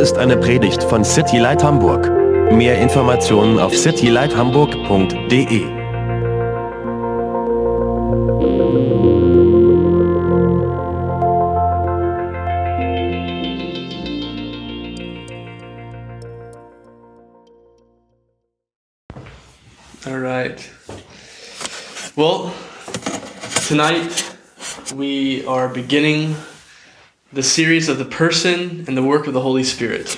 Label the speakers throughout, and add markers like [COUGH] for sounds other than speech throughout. Speaker 1: ist eine Predigt von City Light Hamburg. Mehr Informationen auf citylighthamburg.de.
Speaker 2: All right. Well, tonight we are beginning the series of the person and the work of the Holy Spirit.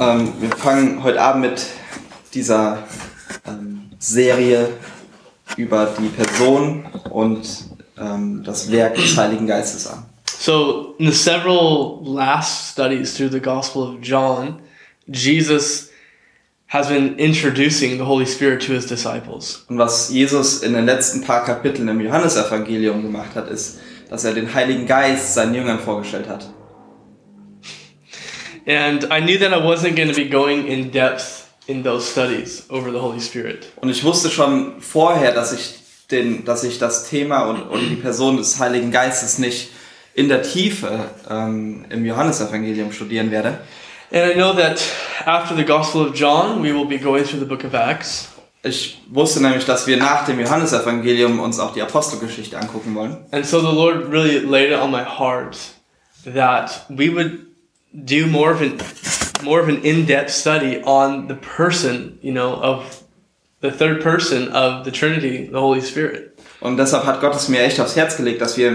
Speaker 3: Ähm, wir fangen heute Abend mit dieser ähm, Serie über die Person und ähm, das Werk des Heiligen Geistes an.
Speaker 2: So, in the several last studies through the Gospel of John, Jesus has been introducing the Holy Spirit to his disciples.
Speaker 3: Und was Jesus in den letzten paar Kapiteln im Johannesevangelium gemacht hat, ist, dass er den Heiligen Geist seinen Jüngern vorgestellt hat.
Speaker 2: And I knew that I wasn't going to be going in depth in those studies over the Holy Spirit.
Speaker 3: Und ich wusste schon vorher, dass ich, den, dass ich das Thema und, und die Person des Heiligen Geistes nicht in der Tiefe ähm, im Johannesevangelium studieren werde.
Speaker 2: And I know that after the Gospel of John, we will be going through the book of Acts.
Speaker 3: Ich wusste nämlich, dass wir nach dem Johannesevangelium uns auch die Apostelgeschichte angucken wollen.
Speaker 2: And so the Lord really laid it on my heart that we would do more of an more of an in-depth study on the person, you know, of the third person of the Trinity, the Holy Spirit.
Speaker 3: Und deshalb hat Gott es mir echt aufs Herz gelegt, dass wir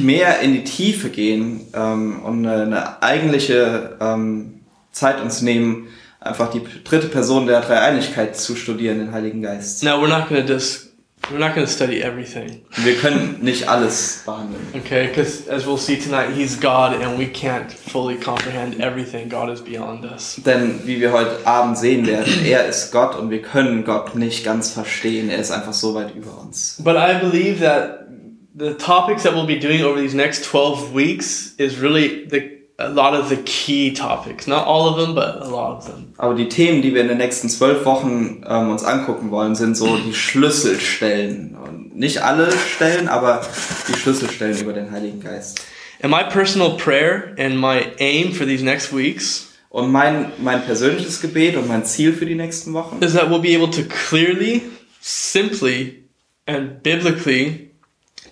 Speaker 3: mehr in die Tiefe gehen ähm, und eine- eine eigentliche ähm, Zeit uns nehmen, einfach die dritte Person der Dreieinigkeit zu studieren, den Heiligen Geist.
Speaker 2: Now we're not going to just we're not going to study everything,
Speaker 3: Wir können nicht alles behandeln.
Speaker 2: okay? Because as we'll see tonight, He's God, and we can't fully comprehend everything. God is beyond us.
Speaker 3: Denn wie wir heute Abend sehen werden, er ist Gott und wir können Gott nicht ganz verstehen. Er ist einfach so weit über uns.
Speaker 2: But I believe that the topics that we'll be doing over these next 12 weeks is really the a lot of the key topics. Not all of them, but a lot of them.
Speaker 3: Aber die Themen, die wir in den nächsten zwölf Wochen ähm, uns angucken wollen, sind so die Schlüsselstellen. Und nicht alle Stellen, aber die Schlüsselstellen über den Heiligen Geist.
Speaker 2: And my personal prayer and my aim for these next weeks
Speaker 3: Und mein, mein persönliches Gebet und mein Ziel für die nächsten Wochen
Speaker 2: is that we'll be able to clearly, simply, and biblically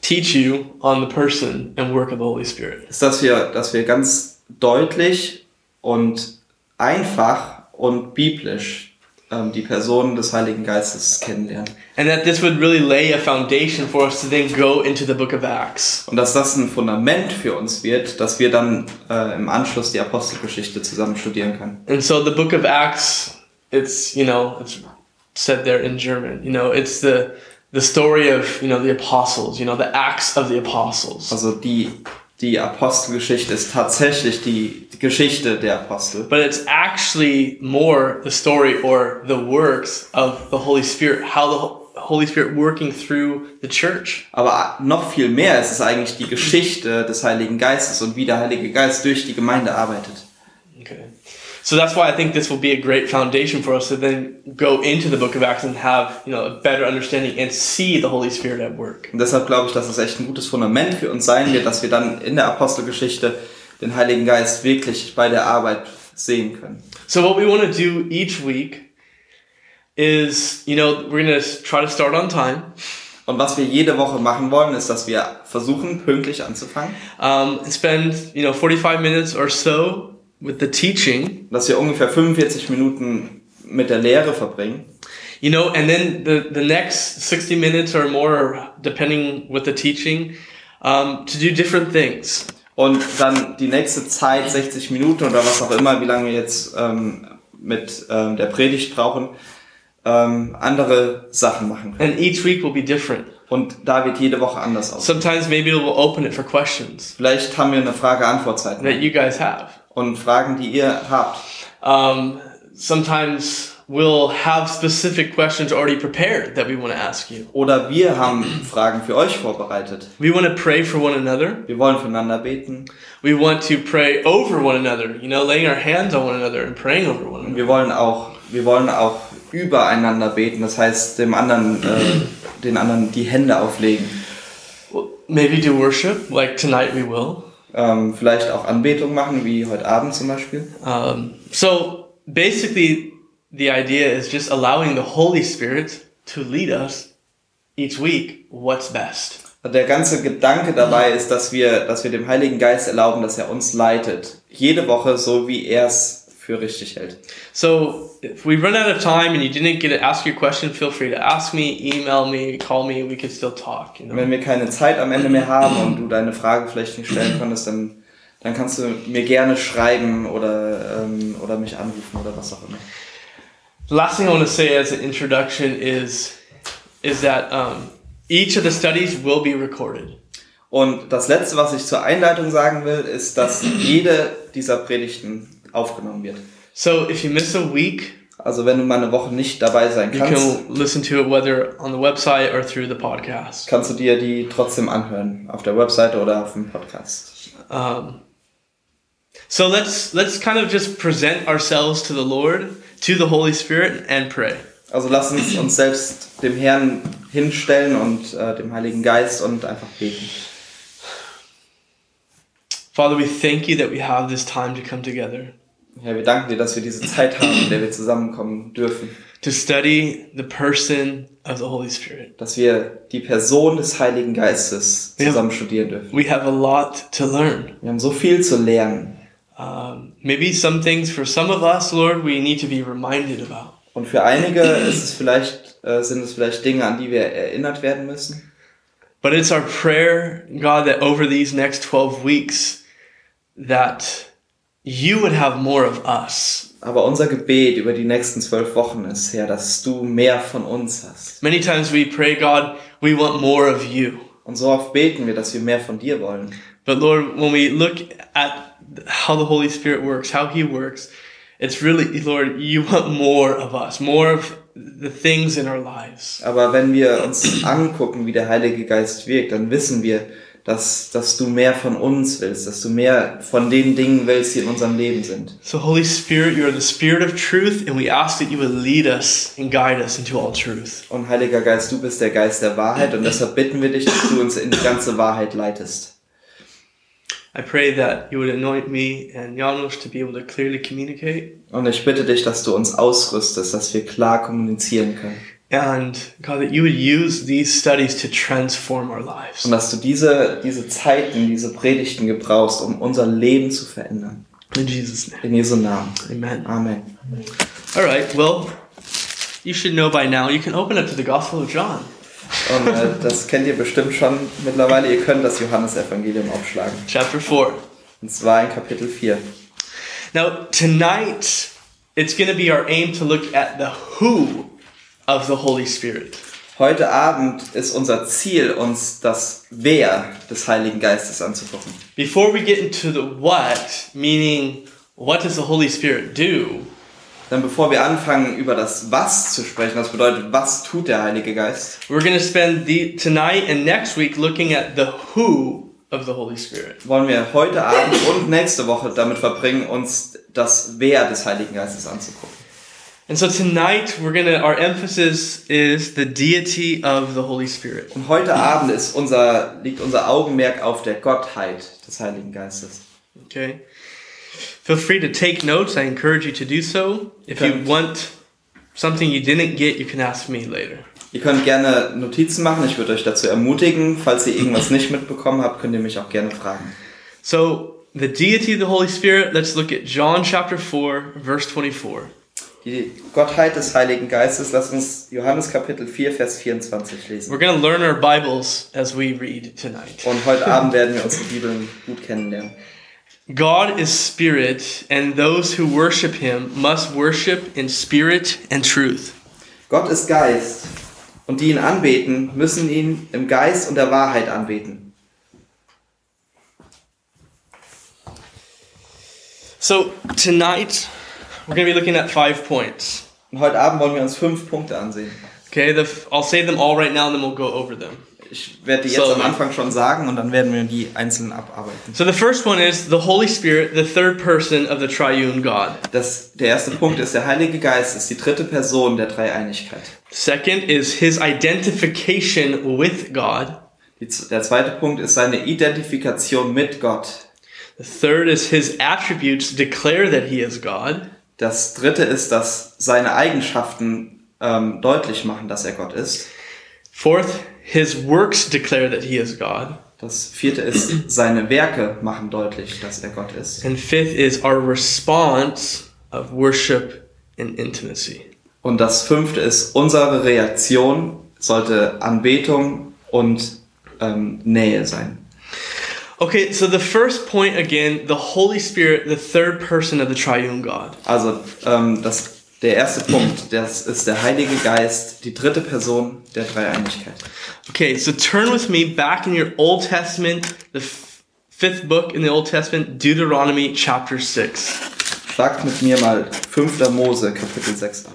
Speaker 2: teach you on the person and work of the Holy Spirit.
Speaker 3: ist, dass wir, dass wir ganz deutlich und einfach und biblisch ähm, die Person des Heiligen Geistes kennenlernen.
Speaker 2: And that this would really lay a foundation for us to then go into the book of Acts.
Speaker 3: Und dass das ein Fundament für uns wird, dass wir dann äh, im Anschluss die Apostelgeschichte zusammen studieren können.
Speaker 2: And so the book of Acts, it's, you know, it's said there in German, you know, it's the the story of, you know, the apostles, you know, the acts of the apostles.
Speaker 3: Also die, die Apostelgeschichte ist tatsächlich die, die Geschichte der Apostel.
Speaker 2: But it's actually more the story or the works of the Holy Spirit, how the Ho- Holy Spirit working through the church.
Speaker 3: Aber noch viel mehr ist es eigentlich die Geschichte des Heiligen Geistes und wie der Heilige Geist durch die Gemeinde arbeitet.
Speaker 2: Okay. So that's why I think this will be a great foundation for us to then go into the book of Acts and have, you know, a better understanding and see the Holy Spirit at work.
Speaker 3: Und deshalb glaube ich, dass es echt ein gutes Fundament für uns sein wird, dass wir dann in der Apostelgeschichte den Heiligen Geist wirklich bei der Arbeit sehen können.
Speaker 2: So what we want to do each week is, you know, we're going to try to start on time.
Speaker 3: Und was wir jede Woche machen wollen, ist, dass wir versuchen, pünktlich anzufangen.
Speaker 2: Um, spend, you know, 45 minutes or so with the teaching,
Speaker 3: Dass wir ungefähr 45 Minuten mit der Lehre verbringen.
Speaker 2: you know, and then the, the next 60 minutes or more, depending with the teaching, um, to do different things.
Speaker 3: Und dann die nächste Zeit, 60 Minuten oder was auch immer, wie lange wir jetzt ähm, mit ähm, der Predigt brauchen, ähm, andere Sachen machen können.
Speaker 2: And each week will be different.
Speaker 3: Und da wird jede Woche anders aussehen.
Speaker 2: Sometimes maybe we'll open it for questions
Speaker 3: Vielleicht haben wir eine Frage-Antwort-Zeit
Speaker 2: that you guys have.
Speaker 3: und Fragen, die ihr habt.
Speaker 2: Um, sometimes we'll have specific questions already prepared that we want to ask you.
Speaker 3: Oder wir haben Fragen für euch vorbereitet.
Speaker 2: We want to pray for one another.
Speaker 3: Wir wollen füreinander beten.
Speaker 2: We want to pray over one another, you know, laying our hands on one another and praying over one another.
Speaker 3: Wir wollen auch, wir wollen auch übereinander beten. Das heißt, dem anderen, äh, den anderen die Hände auflegen.
Speaker 2: Well, Maybe do worship, like tonight we will.
Speaker 3: ähm, vielleicht auch Anbetung machen, wie heute Abend zum Beispiel.
Speaker 2: Um, so basically, the idea is just allowing the Holy Spirit to lead us each week what's best.
Speaker 3: Der ganze Gedanke dabei ist, dass wir, dass wir dem Heiligen Geist erlauben, dass er uns leitet. Jede Woche, so wie er es für richtig hält.
Speaker 2: So if we run out of time and you didn't get to ask your question, feel free to ask me, email me, call me. We can still talk. You know.
Speaker 3: Wenn wir keine Zeit am Ende mehr haben und du deine Frage vielleicht nicht stellen konntest, dann, dann kannst du mir gerne schreiben oder, ähm, oder mich anrufen oder was auch immer.
Speaker 2: The last thing I want to say as an introduction is is that um, each of the studies will be recorded.
Speaker 3: Und das Letzte, was ich zur Einleitung sagen will, ist, dass jede dieser Predigten aufgenommen wird.
Speaker 2: So if you miss a week,
Speaker 3: Also wenn du mal eine Woche nicht dabei sein
Speaker 2: you
Speaker 3: kannst,
Speaker 2: can listen to it whether on the website or through the podcast.
Speaker 3: kannst du dir die trotzdem anhören. Auf der Webseite oder auf dem Podcast.
Speaker 2: Um, so let's let's kind of just present ourselves to the Lord, to the Holy Spirit, and pray.
Speaker 3: Also lass uns uns selbst dem Herrn hinstellen und äh, dem Heiligen Geist und einfach beten.
Speaker 2: Father, we thank you that we have this time to come together
Speaker 3: Herr, wir danken dir, dass wir diese Zeit haben, in der wir zusammenkommen dürfen.
Speaker 2: to study the person of the Holy Spirit.
Speaker 3: Dass wir die Person des Heiligen Geistes
Speaker 2: Ja.
Speaker 3: zusammen studieren dürfen.
Speaker 2: We have a lot to learn.
Speaker 3: Wir haben so viel zu lernen.
Speaker 2: Um, maybe some things for some of us, Lord, we need to be reminded about.
Speaker 3: Und für einige ist es vielleicht, äh, sind es vielleicht Dinge, an die wir erinnert werden müssen.
Speaker 2: But it's our prayer, God, that over these next 12 weeks, that you would have more of us.
Speaker 3: Aber unser Gebet über die nächsten zwölf Wochen ist, Herr, dass du mehr von uns hast.
Speaker 2: Many times we pray, God, we want more of you.
Speaker 3: Und so oft beten wir, dass wir mehr von dir wollen.
Speaker 2: But Lord, when we look at how the Holy Spirit works, how He works, it's really, Lord, you want more of us, more of the things in our lives.
Speaker 3: Aber wenn wir uns angucken, wie der Heilige Geist wirkt, dann wissen wir, dass, dass du mehr von uns willst, dass du mehr von den Dingen willst, die in unserem Leben sind.
Speaker 2: So, Holy Spirit, you are the Spirit of truth, and we ask that you would lead us and guide us into all truth.
Speaker 3: Und Heiliger Geist, du bist der Geist der Wahrheit und deshalb bitten wir dich, dass du uns in die ganze Wahrheit leitest.
Speaker 2: I pray that you would anoint me and Janos to be able to clearly communicate.
Speaker 3: Und ich bitte dich, dass du uns ausrüstest, dass wir klar kommunizieren können.
Speaker 2: And God, that you would use these studies to transform our lives.
Speaker 3: Und dass du diese, diese Zeiten, diese Predigten gebrauchst, um unser Leben zu verändern.
Speaker 2: In Jesus' name.
Speaker 3: In Jesu Namen.
Speaker 2: Amen.
Speaker 3: Amen.
Speaker 2: All right, well, you should know by now. You can open up to the Gospel of John.
Speaker 3: Und äh, das kennt ihr bestimmt schon mittlerweile. Ihr könnt das Johannesevangelium aufschlagen.
Speaker 2: chapter 4.
Speaker 3: Und zwar in Kapitel 4.
Speaker 2: Now, tonight, it's going to be our aim to look at the who of the Holy Spirit.
Speaker 3: Heute Abend ist unser Ziel, uns das Wer des Heiligen Geistes anzugucken.
Speaker 2: Before we get into the what, meaning what does the Holy Spirit do,
Speaker 3: Denn bevor wir anfangen, über das Was zu sprechen, das bedeutet, was tut der Heilige Geist,
Speaker 2: we're going to spend the tonight and next week looking at the who of the Holy Spirit.
Speaker 3: wollen wir heute Abend und nächste Woche damit verbringen, uns das Wer des Heiligen Geistes anzugucken.
Speaker 2: And so tonight we're going to our emphasis is the deity of the Holy Spirit.
Speaker 3: Und heute Abend ist unser, liegt unser Augenmerk auf der Gottheit des Heiligen Geistes.
Speaker 2: Okay? Feel free to take notes. I encourage you to do so. If you
Speaker 3: Okay.
Speaker 2: want something you didn't get, you can ask me later.
Speaker 3: Ihr könnt gerne Notizen machen, ich würde euch dazu ermutigen. Falls ihr irgendwas nicht mitbekommen habt, könnt ihr mich auch gerne fragen.
Speaker 2: So, the deity of the Holy Spirit, let's look at John chapter 4, verse 24.
Speaker 3: Die Gottheit des Heiligen Geistes, lasst uns Johannes Kapitel 4, Vers 24 lesen.
Speaker 2: We're going to learn our Bibles as we read tonight.
Speaker 3: Und heute Abend werden wir unsere Bibeln gut kennenlernen.
Speaker 2: God is spirit, and those who worship him must worship in spirit and truth.
Speaker 3: Gott ist Geist und die ihn anbeten, müssen ihn im Geist und der Wahrheit anbeten.
Speaker 2: So, tonight we're going to be looking at five points.
Speaker 3: Und heute Abend wollen wir uns fünf Punkte ansehen.
Speaker 2: Okay, the, f- I'll say them all right now and then we'll go over them.
Speaker 3: Ich werde die jetzt
Speaker 2: So.
Speaker 3: am Anfang schon sagen und dann werden wir die einzeln abarbeiten.
Speaker 2: So, the first one is the Holy Spirit, the third person of the triune God.
Speaker 3: Das, der erste Punkt ist, der Heilige Geist ist die dritte Person der Dreieinigkeit.
Speaker 2: Second is his identification with God.
Speaker 3: Die, z- der zweite Punkt ist seine Identifikation mit Gott.
Speaker 2: The third is his attributes declare that he is God.
Speaker 3: Das dritte ist, dass seine Eigenschaften ähm, deutlich machen, dass er Gott ist.
Speaker 2: Fourth, his works declare that he is God.
Speaker 3: Das vierte ist, seine Werke machen deutlich, dass er Gott ist.
Speaker 2: And fifth is our response of worship and intimacy.
Speaker 3: Und das fünfte ist, unsere Reaktion sollte Anbetung und ähm, Nähe sein.
Speaker 2: Okay, so the first point again, the Holy Spirit, the third person of the triune God.
Speaker 3: Also ähm, das, der erste Punkt, das ist der Heilige Geist, die dritte Person der Dreieinigkeit.
Speaker 2: Okay, so turn with me back in your Old Testament, the f- fifth book in the Old Testament, Deuteronomy chapter 6.
Speaker 3: Schlagt mit mir mal 5. Mose Kapitel 6 auf.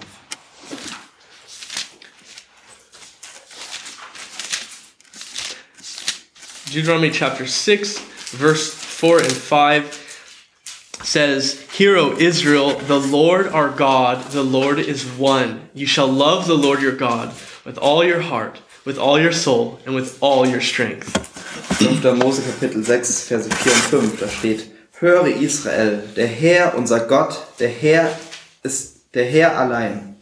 Speaker 2: Deuteronomy chapter 6, verse 4 and 5 says, Hear, O Israel, the Lord our God, the Lord is one. You shall love the Lord your God with all your heart, with all your soul, and with all your strength.
Speaker 3: 5. Mose Kapitel 6, Verse 4 und 5, da steht, Höre Israel, der Herr, unser Gott, der Herr ist der Herr allein.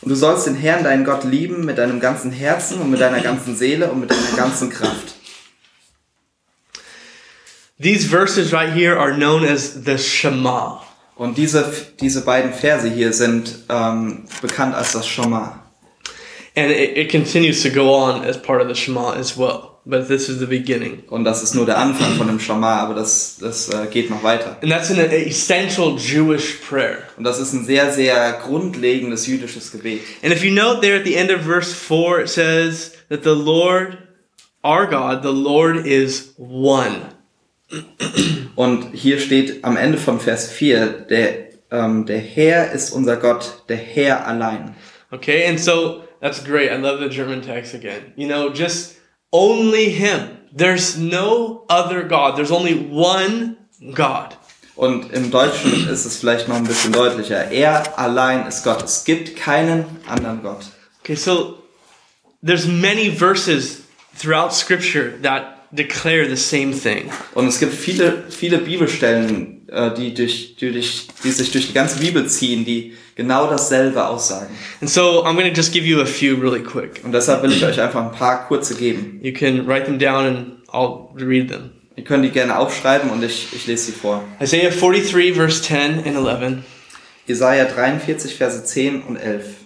Speaker 3: Und du sollst den Herrn, deinen Gott, lieben mit deinem ganzen Herzen und mit deiner ganzen Seele und mit deiner ganzen Kraft.
Speaker 2: These verses right here are known as the Shema.
Speaker 3: Und diese, diese beiden Verse hier sind ähm, bekannt als das Schoma.
Speaker 2: And it, it continues to go on as part of the Shema as well. But this is the beginning.
Speaker 3: Und das ist nur der Anfang von dem Schoma, aber das, das äh, geht noch weiter.
Speaker 2: And that's an essential Jewish prayer.
Speaker 3: Und das ist ein sehr, sehr grundlegendes jüdisches Gebet.
Speaker 2: And if you note there at the end of verse 4, it says that the Lord, our God, the Lord is one.
Speaker 3: Und hier steht am Ende von Vers 4, der, ähm, der Herr ist unser Gott, der Herr allein.
Speaker 2: Okay, and so that's great. I love the German text again. You know, just only Him. There's no other God, there's only one God.
Speaker 3: Und im Deutschen ist es vielleicht noch ein bisschen deutlicher. Er allein ist Gott. Es gibt keinen anderen Gott.
Speaker 2: Okay, so there's many verses throughout Scripture that declare the same thing.
Speaker 3: Und es gibt viele, viele Bibelstellen, äh, die, durch, die, durch, die sich durch die ganze Bibel ziehen, die genau dasselbe aussagen.
Speaker 2: And so I'm going to just give you a few really quick.
Speaker 3: Und deshalb will ich euch einfach ein paar kurze geben.
Speaker 2: You can write them down and I'll read them.
Speaker 3: Ihr könnt die gerne aufschreiben und ich, ich lese sie vor.
Speaker 2: Isaiah 43, verse 10 and 11
Speaker 3: Jesaja 43, Verse 10 und 11.
Speaker 2: It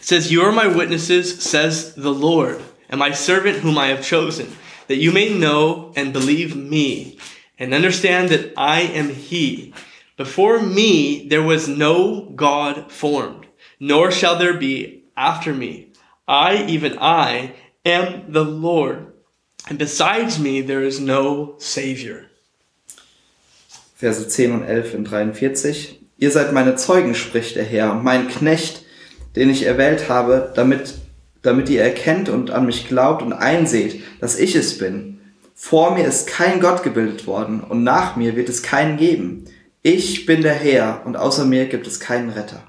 Speaker 2: says, You are my witnesses, says the Lord, and my servant whom I have chosen, that you may know and believe me, and understand that I am He. Before me there was no God formed, nor shall there be after me. I, even I, am the Lord, and besides me there is no Savior.
Speaker 3: Verse 10 und 11 in 43. Ihr seid meine Zeugen, spricht der Herr, und mein Knecht, den ich erwählt habe, damit, damit ihr erkennt und an mich glaubt und einseht, dass ich es bin. Vor mir ist kein Gott gebildet worden, und nach mir wird es keinen geben. Ich bin der Herr, und außer mir gibt es keinen Retter.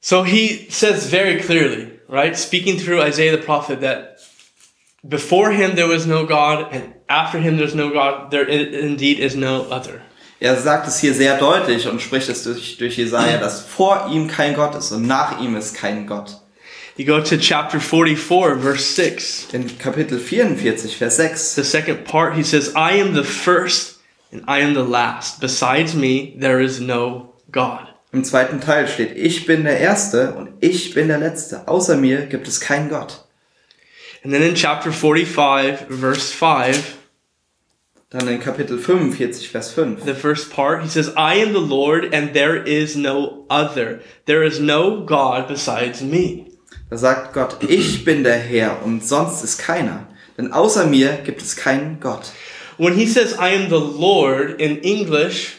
Speaker 2: So he says very clearly, right, speaking through Isaiah the prophet, that before him there was no God, and after him there's no God, there i- indeed is no other.
Speaker 3: Er sagt es hier sehr deutlich und spricht es durch, durch Jesaja, dass vor ihm kein Gott ist und nach ihm ist kein Gott.
Speaker 2: You go to chapter 44, verse 6,
Speaker 3: In Kapitel 44, Vers 6
Speaker 2: the second part, he says, I am the first and I am the last. Besides me, there is no God.
Speaker 3: Im zweiten Teil steht, ich bin der Erste und ich bin der Letzte. Außer mir gibt es keinen Gott.
Speaker 2: And then in chapter 45, verse 5,
Speaker 3: Dann in Kapitel 45, Vers 5.
Speaker 2: the first part, he says, I am the Lord and there is no other. There is no God besides me.
Speaker 3: Da sagt Gott, ich bin der Herr und sonst ist keiner. Denn außer mir gibt es keinen Gott.
Speaker 2: When he says, I am the Lord, in English,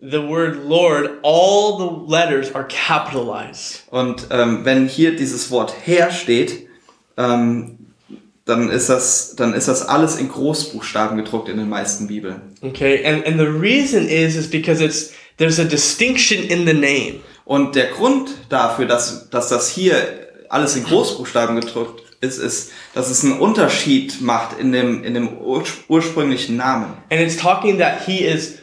Speaker 2: the word Lord, all the letters are capitalized.
Speaker 3: Und ähm, wenn hier dieses Wort Herr steht, ähm, dann, ist das, dann ist das alles in Großbuchstaben gedruckt in den meisten Bibeln.
Speaker 2: Okay, and, and the reason is is because it's there's a distinction in the name.
Speaker 3: Und der Grund dafür, dass, dass das hier alles in Großbuchstaben gedruckt ist, ist, dass es einen Unterschied macht in dem, in dem ur ursprünglichen Namen.
Speaker 2: And it's talking that he is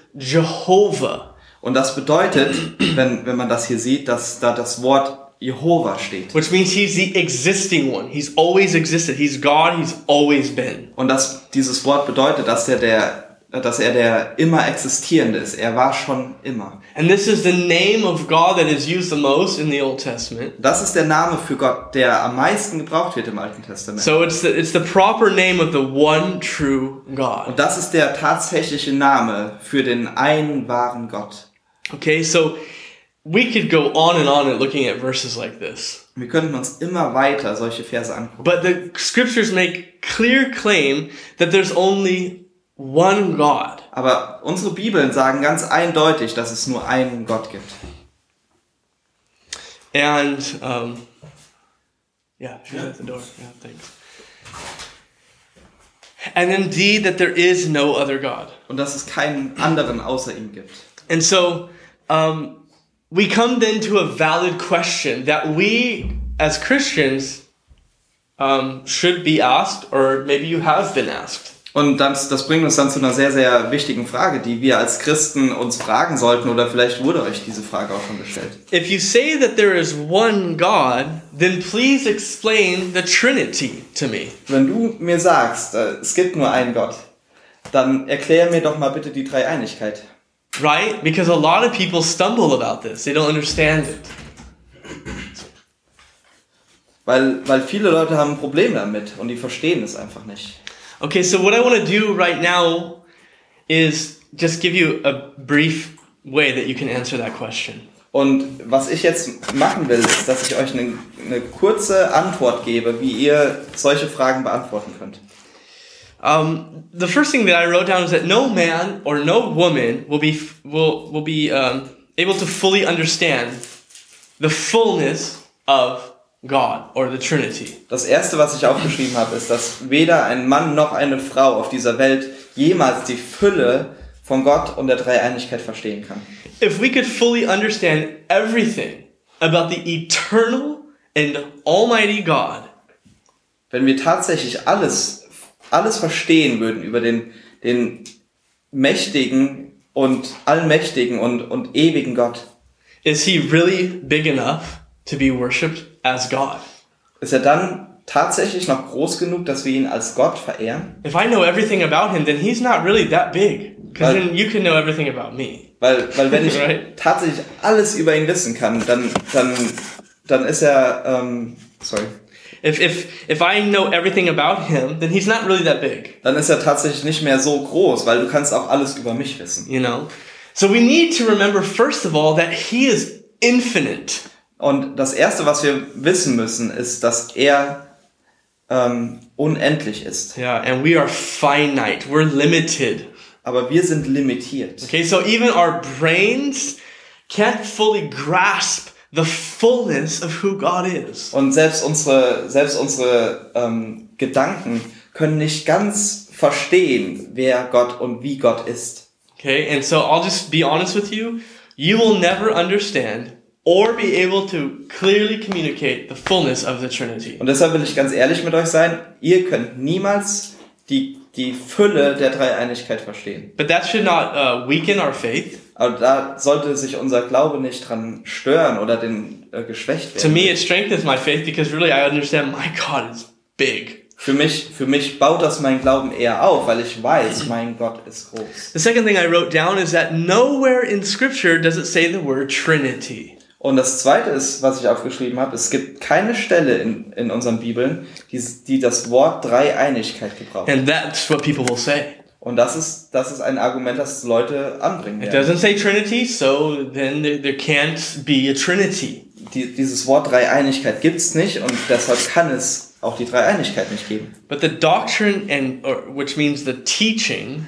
Speaker 2: Jehovah,
Speaker 3: Und das bedeutet, wenn, wenn man das hier sieht, dass da das Wort Jehova steht.
Speaker 2: which means he's the existing one. He's always existed. He's God. He's always been.
Speaker 3: Und dass dieses Wort bedeutet, dass er der, dass er der immer existierende ist. Er war schon immer.
Speaker 2: And this is the name of God that is used the most in the Old Testament.
Speaker 3: Das ist der Name für Gott, der am meisten gebraucht wird im Alten Testament.
Speaker 2: So it's the, it's the proper name of the one true God.
Speaker 3: Und das ist der tatsächliche Name für den einen wahren Gott.
Speaker 2: Okay, so we could go on and on at looking at verses like this.
Speaker 3: Wir könnten uns immer weiter solche Verse angucken.
Speaker 2: But the scriptures make clear claim that there's only one God.
Speaker 3: Aber unsere Bibeln sagen ganz eindeutig, dass es nur einen Gott gibt.
Speaker 2: And um, yeah, she's at the door. Yeah, thanks. And indeed, that there is no other God.
Speaker 3: Und dass es keinen anderen außer ihm gibt.
Speaker 2: And so um, we come then to a valid question that we as Christians um, should be asked, or maybe you have been asked.
Speaker 3: Und das, das bringt uns dann zu einer sehr, sehr wichtigen Frage, die wir als Christen uns fragen sollten. Oder vielleicht wurde euch diese Frage auch schon gestellt.
Speaker 2: If you say that there is one God, then please explain the Trinity to me.
Speaker 3: Wenn du mir sagst, äh, es gibt nur einen Gott, dann erklär mir doch mal bitte die Dreieinigkeit.
Speaker 2: Right? Because a lot of people stumble about this, they don't understand it.
Speaker 3: Weil, weil viele Leute haben ein Problem damit und die verstehen es einfach nicht.
Speaker 2: Okay, so what I want to do right now is just give you a brief way that you can answer that question.
Speaker 3: Und was ich jetzt machen will, ist, dass ich euch eine, eine kurze Antwort gebe, wie ihr solche Fragen beantworten könnt.
Speaker 2: Um, the first thing that I wrote down is that no man or no woman will be will will be um, able to fully understand the fullness of God or the Trinity.
Speaker 3: Das erste, was ich aufgeschrieben habe, ist, dass weder ein Mann noch eine Frau auf dieser Welt jemals die Fülle von Gott und der Dreieinigkeit verstehen kann.
Speaker 2: If we could fully understand everything about the eternal and almighty God,
Speaker 3: Wenn wir tatsächlich alles, alles verstehen würden über den, den mächtigen und allmächtigen und, und ewigen Gott,
Speaker 2: is he really big enough to be worshipped as God?
Speaker 3: ist er dann tatsächlich noch groß genug, dass wir ihn als Gott verehren?
Speaker 2: If I know everything about him, then he's not really that big. Because
Speaker 3: Right.
Speaker 2: then you can know everything about me.
Speaker 3: Weil, weil wenn ich
Speaker 2: Right.
Speaker 3: tatsächlich alles über ihn wissen kann, dann, dann, dann ist er, ähm, sorry,
Speaker 2: If if if I know everything about him, then he's not really that big,
Speaker 3: dann ist er tatsächlich nicht mehr so groß, weil du kannst auch alles über mich wissen.
Speaker 2: you know. So we need to remember first of all that he is infinite.
Speaker 3: Und das Erste, was wir wissen müssen, ist, dass er ähm, unendlich ist.
Speaker 2: Yeah, and we are finite. We're limited.
Speaker 3: Aber wir sind limitiert.
Speaker 2: Okay, so even our brains can't fully grasp the fullness of who God is.
Speaker 3: Und selbst unsere, selbst unsere ähm, Gedanken können nicht ganz verstehen, wer Gott und wie Gott ist.
Speaker 2: Okay, and so I'll just be honest with you, you will never understand or be able to clearly communicate the fullness of the Trinity.
Speaker 3: Und deshalb will ich ganz ehrlich mit euch sein, ihr könnt niemals die, die Fülle der Dreieinigkeit verstehen.
Speaker 2: But that should not uh, weaken our faith.
Speaker 3: Aber da sollte sich unser Glaube nicht dran stören oder den äh, geschwächt
Speaker 2: To
Speaker 3: werden.
Speaker 2: me, it strengthens my faith because really I understand my God is big.
Speaker 3: Für mich, für mich baut das mein Glauben eher auf, weil ich weiß, mein Gott ist groß.
Speaker 2: The second thing I wrote down is that nowhere in Scripture does it say the word Trinity.
Speaker 3: Und das zweite ist, was ich aufgeschrieben habe, es gibt keine Stelle in, in unseren Bibeln, die, die das Wort Dreieinigkeit gebraucht.
Speaker 2: And that's what people will say.
Speaker 3: Und das ist, das ist ein Argument, das Leute anbringen
Speaker 2: It
Speaker 3: werden.
Speaker 2: doesn't say Trinity, so then there, there can't be a Trinity.
Speaker 3: die, dieses Wort Dreieinigkeit gibt's nicht und deshalb kann es auch die Dreieinigkeit nicht geben.
Speaker 2: But the doctrine and or, which means the teaching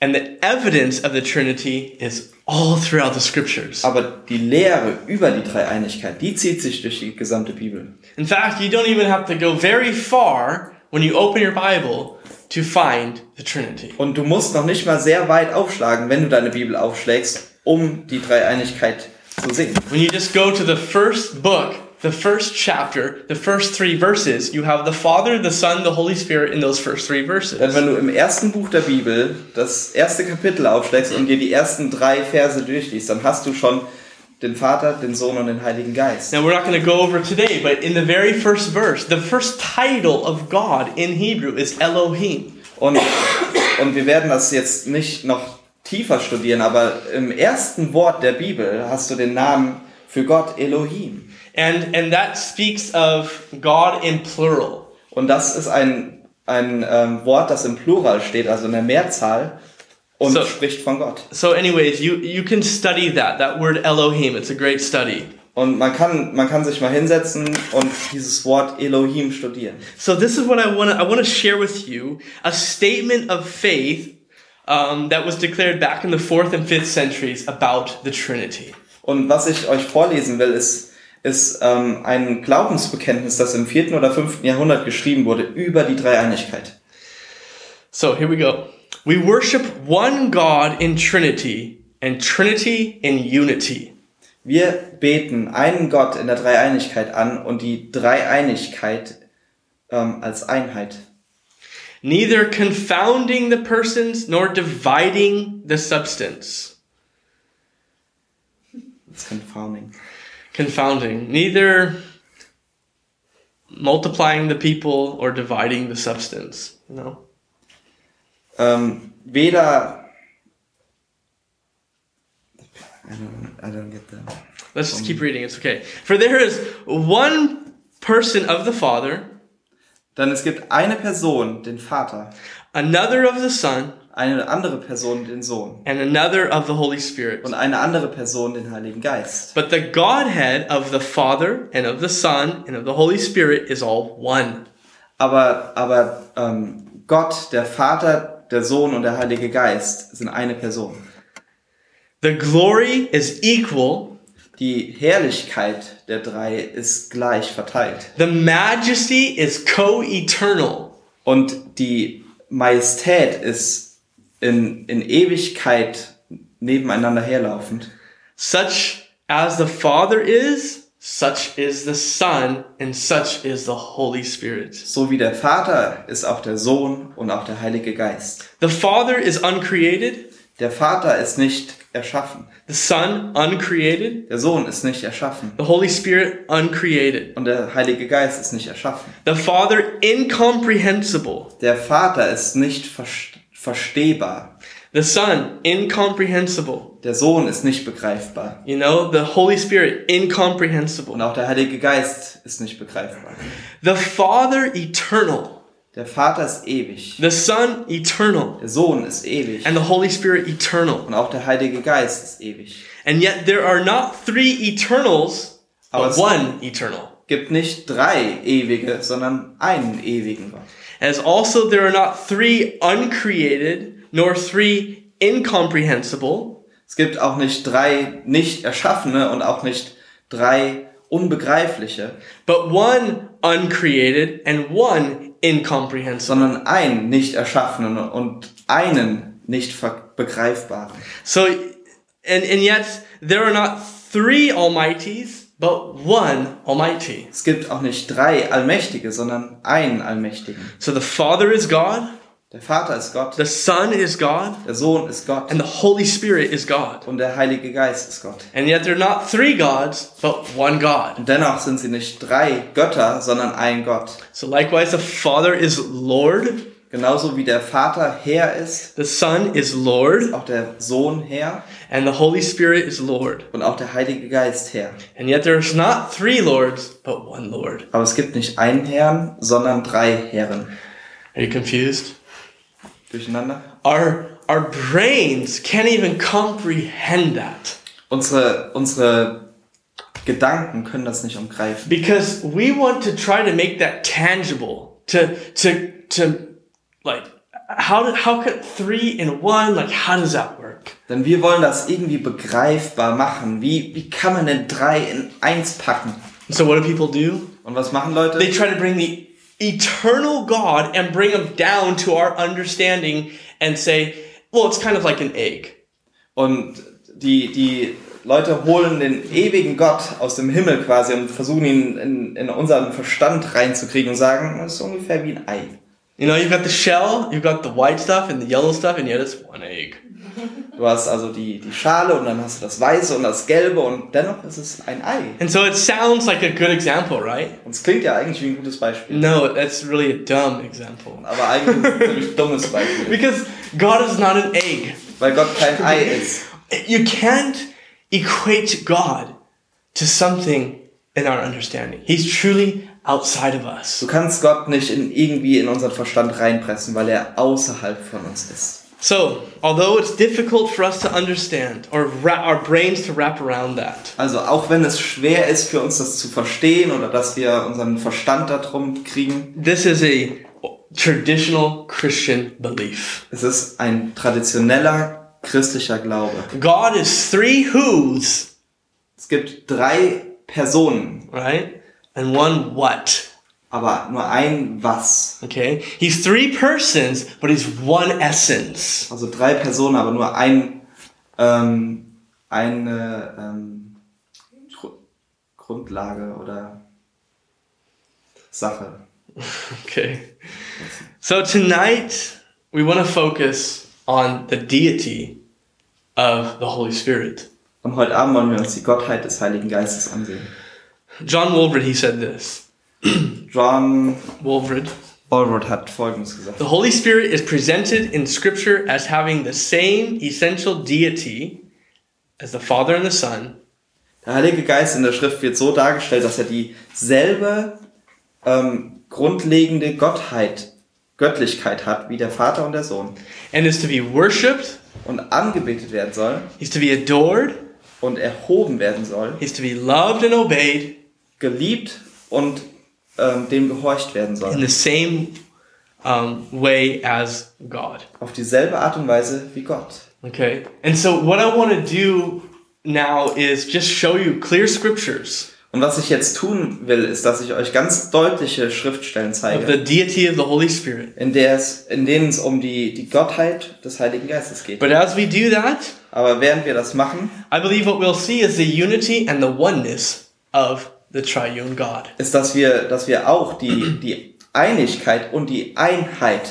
Speaker 2: and the evidence of the Trinity is all throughout the scriptures.
Speaker 3: Aber die Lehre über die Dreieinigkeit, die zieht sich durch die gesamte Bibel.
Speaker 2: In fact, you don't even have to go very far when you open your Bible to find the Trinity.
Speaker 3: Und du musst noch nicht mal sehr weit aufschlagen, wenn du deine Bibel aufschlägst, um die Dreieinigkeit zu sehen.
Speaker 2: When you just go to the first book the first chapter, the first three verses, you have the Father, the Son, the Holy Spirit in those first three verses.
Speaker 3: Denn wenn du im ersten Buch der Bibel das erste Kapitel aufschlägst und dir die ersten drei Verse durchliest, dann hast du schon den Vater, den Sohn und den Heiligen Geist.
Speaker 2: Now, we're not going to go over today, but in the very first verse, the first title of God in Hebrew is Elohim.
Speaker 3: Und, und wir werden das jetzt nicht noch tiefer studieren, aber im ersten Wort der Bibel hast du den Namen für Gott Elohim.
Speaker 2: And, and that speaks of God in plural.
Speaker 3: Und das ist ein, ein ähm, Wort, das im Plural steht, also in der Mehrzahl und
Speaker 2: So.
Speaker 3: spricht von Gott.
Speaker 2: So, anyways, you, you can study that, that word Elohim. It's a great study.
Speaker 3: Und man kann, man kann sich mal hinsetzen und dieses Wort Elohim studieren.
Speaker 2: So this is what I want to I want to share with you a statement of faith um, that was declared back in the fourth and fifth centuries about the Trinity.
Speaker 3: Und was ich euch vorlesen will, ist, ist ähm, ein Glaubensbekenntnis, das im vierten oder fünften Jahrhundert geschrieben wurde über die Dreieinigkeit.
Speaker 2: So here we go. We worship one God in Trinity and Trinity in unity.
Speaker 3: Wir beten einen Gott in der Dreieinigkeit an und die Dreieinigkeit ähm, als Einheit.
Speaker 2: Neither confounding the persons nor dividing the substance.
Speaker 3: It's confounding.
Speaker 2: Confounding. Neither multiplying the people or dividing the substance. You know?
Speaker 3: Ähm, weder. I don't, I don't get that.
Speaker 2: Let's just keep reading. It's okay. For there is one person of the Father,
Speaker 3: Dann es gibt eine Person, den Vater,
Speaker 2: another of the Son,
Speaker 3: eine andere Person, den Sohn
Speaker 2: and another of the Holy Spirit.
Speaker 3: und eine andere Person, den Heiligen Geist.
Speaker 2: But the Godhead of the Father and of the Son and of the Holy Spirit is all one.
Speaker 3: Aber, aber ähm, Gott, der Vater, der Sohn und der Heilige Geist sind eine Person.
Speaker 2: The glory is equal,
Speaker 3: Die Herrlichkeit der drei ist gleich verteilt.
Speaker 2: the majesty is co eternal.
Speaker 3: Und die Majestät ist in, in Ewigkeit nebeneinander herlaufend.
Speaker 2: Such as the Father is, such is the Son, and such is the Holy Spirit.
Speaker 3: So wie der Vater ist auch der Sohn und auch der Heilige Geist.
Speaker 2: The Father is uncreated,
Speaker 3: Der Vater ist nicht erschaffen.
Speaker 2: the Son uncreated,
Speaker 3: Der Sohn ist nicht erschaffen.
Speaker 2: The Holy Spirit uncreated.
Speaker 3: Und der Heilige Geist ist nicht erschaffen.
Speaker 2: The Father incomprehensible.
Speaker 3: Der Vater ist nicht verst- verstehbar.
Speaker 2: The Son incomprehensible.
Speaker 3: Der Sohn ist nicht begreifbar.
Speaker 2: You know, the Holy Spirit
Speaker 3: Und
Speaker 2: incomprehensible.
Speaker 3: auch der Heilige Geist ist nicht begreifbar.
Speaker 2: The Father eternal.
Speaker 3: Der Vater ist ewig.
Speaker 2: The Son eternal.
Speaker 3: Der Sohn ist ewig.
Speaker 2: And the Holy Spirit eternal.
Speaker 3: Und auch der Heilige Geist ist ewig.
Speaker 2: And yet there are not three eternals,
Speaker 3: Aber
Speaker 2: but
Speaker 3: es-
Speaker 2: one eternal.
Speaker 3: Gibt nicht drei ewige, sondern einen ewigen Gott.
Speaker 2: As also there are not three uncreated, nor three incomprehensible,
Speaker 3: Es gibt auch nicht drei nicht erschaffene und auch nicht drei unbegreifliche,
Speaker 2: but one uncreated and one incomprehensible.
Speaker 3: sondern einen nicht erschaffenen und einen nicht ver- begreifbaren.
Speaker 2: So, and, and yet there are not three Almighties, but one Almighty.
Speaker 3: Es gibt auch nicht drei Allmächtige, sondern einen Allmächtigen.
Speaker 2: So the Father is God,
Speaker 3: Der Vater ist Gott,
Speaker 2: the Son is God,
Speaker 3: der Sohn ist Gott.
Speaker 2: and the Holy Spirit is God.
Speaker 3: und der Heilige Geist ist Gott.
Speaker 2: And yet they're not three gods, but one God.
Speaker 3: Und dennoch sind sie nicht drei Götter, sondern ein Gott.
Speaker 2: So likewise, the Father is Lord,
Speaker 3: Genauso wie der Vater Herr ist,
Speaker 2: the Son is Lord,
Speaker 3: auch der Sohn Herr
Speaker 2: and the Holy Spirit is Lord.
Speaker 3: und auch der Heilige Geist Herr.
Speaker 2: And yet there's not three Lords, but one Lord.
Speaker 3: Aber es gibt nicht einen Herrn, sondern drei Herren.
Speaker 2: Are you confused?
Speaker 3: Durcheinander.
Speaker 2: Our, our brains can't even comprehend that.
Speaker 3: Unsere, unsere Gedanken können das nicht umgreifen.
Speaker 2: because we want to try to make that tangible to to to like how did, how could three and one like how does that work
Speaker 3: Denn wir wollen das irgendwie begreifbar machen. Wie, wie kann man denn drei in eins packen?
Speaker 2: so what do people do
Speaker 3: Und was machen
Speaker 2: they
Speaker 3: Leute?
Speaker 2: try to bring the eternal god and bring him down to our understanding and say well it's kind of like an egg
Speaker 3: Und die, die Leute holen den ewigen Gott aus dem Himmel quasi und versuchen ihn in, in unseren Verstand reinzukriegen und sagen, das ist ungefähr wie ein Ei.
Speaker 2: You know, you've got the shell, you've got the white stuff and the yellow stuff, and yet it's one egg.
Speaker 3: Du hast also die, die Schale und dann hast du das Weiße und das Gelbe und dennoch ist es ein Ei.
Speaker 2: And so it sounds like a good example, right?
Speaker 3: Und es klingt ja eigentlich wie ein gutes Beispiel,
Speaker 2: No, that's really a dumb example. [LAUGHS]
Speaker 3: aber eigentlich ist es ein ziemlich dummes Beispiel,
Speaker 2: Because God is not an egg.
Speaker 3: weil Gott kein Ei ist.
Speaker 2: You can't equate God to something in our understanding. He's truly outside of us.
Speaker 3: Du kannst Gott nicht in, irgendwie in unseren Verstand reinpressen, weil er außerhalb von uns ist.
Speaker 2: So, although it's difficult for us to understand or ra- our brains to wrap around that,
Speaker 3: Also auch wenn es schwer ist für uns das zu verstehen oder dass wir unseren Verstand darum kriegen,
Speaker 2: this is a traditional Christian belief.
Speaker 3: es ist ein traditioneller christlicher Glaube.
Speaker 2: God is three who's,
Speaker 3: Es gibt drei Personen,
Speaker 2: right? And one what?
Speaker 3: aber nur ein Was.
Speaker 2: Okay? He's three persons, but he's one essence.
Speaker 3: Also drei Personen, aber nur ein ähm, eine ähm, Gru- Grundlage oder Sache.
Speaker 2: Okay. So tonight, we want to focus on the deity of the Holy Spirit.
Speaker 3: Und heute Abend wollen wir uns die Gottheit des Heiligen Geistes ansehen.
Speaker 2: John Wolford, he said this.
Speaker 3: John
Speaker 2: Wolford.
Speaker 3: Allward hat Folgendes gesagt.
Speaker 2: The Holy Spirit is presented in Scripture as having the same essential deity as the Father and the Son,
Speaker 3: Der Heilige Geist in der Schrift wird so dargestellt, dass er dieselbe ähm, grundlegende Gottheit, Göttlichkeit hat wie der Vater und der Sohn
Speaker 2: and is to be worshipped,
Speaker 3: und angebetet werden soll
Speaker 2: he's to be adored,
Speaker 3: und erhoben werden soll,
Speaker 2: he's to be loved and obeyed
Speaker 3: geliebt und ähm, dem gehorcht
Speaker 2: in
Speaker 3: werden soll.
Speaker 2: the same um, way as God.
Speaker 3: Auf dieselbe Art und Weise wie Gott.
Speaker 2: Okay? And so, what I want to do now is just show you clear scriptures
Speaker 3: Und was ich jetzt tun will, ist, dass ich euch ganz deutliche Schriftstellen
Speaker 2: of
Speaker 3: zeige,
Speaker 2: the deity of the Holy Spirit.
Speaker 3: in, der es, in denen es um die, die Gottheit des Heiligen Geistes geht.
Speaker 2: But as we do that,
Speaker 3: Aber während wir das machen,
Speaker 2: I believe what we'll see is the unity and the oneness of the triune God.
Speaker 3: ist, dass wir, dass wir auch die, die Einigkeit und die Einheit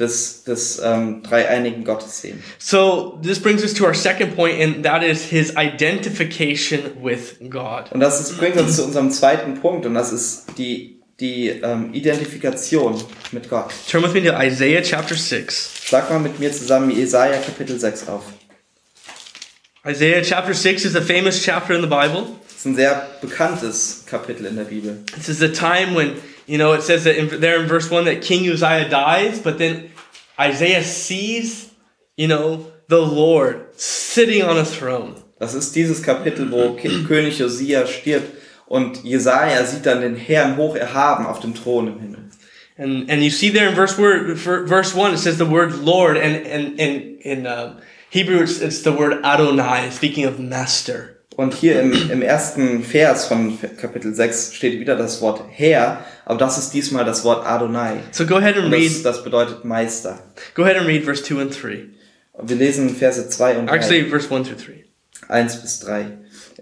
Speaker 3: des, des ähm, dreieinigen Gottes sehen.
Speaker 2: So this brings us to our second point, and that is his identification with God.
Speaker 3: Und das ist, bringt uns zu unserem zweiten Punkt und das ist die, die ähm, Identifikation mit Gott.
Speaker 2: Turn with me to Isaiah chapter 6.
Speaker 3: Schlag mal mit mir zusammen Jesaja Kapitel 6 auf.
Speaker 2: Isaiah chapter 6 is a famous chapter in the Bible.
Speaker 3: Das ist ein sehr bekanntes Kapitel in der Bibel.
Speaker 2: This is the time when, you know, it says that in, there in verse 1 that King Uzziah dies, but then Isaiah sees, you know, the Lord sitting on a throne.
Speaker 3: Das ist dieses Kapitel, wo Ki- König Josia stirbt und Jesaja sieht dann den Herrn hoch erhaben auf dem Thron im Himmel.
Speaker 2: And, and you see there in verse word, ver- verse 1, it says the word Lord, and, and, and in uh, Hebrew it's, it's the word Adonai, speaking of master.
Speaker 3: Und hier im, im ersten Vers von Kapitel 6 steht wieder das Wort Herr, aber das ist diesmal das Wort Adonai.
Speaker 2: So go ahead and
Speaker 3: Und
Speaker 2: read.
Speaker 3: Das, das bedeutet Meister.
Speaker 2: Go ahead and read verse two and three.
Speaker 3: Und wir lesen Verse 2 und 3.
Speaker 2: Actually, verse one through three.
Speaker 3: 1 bis 3.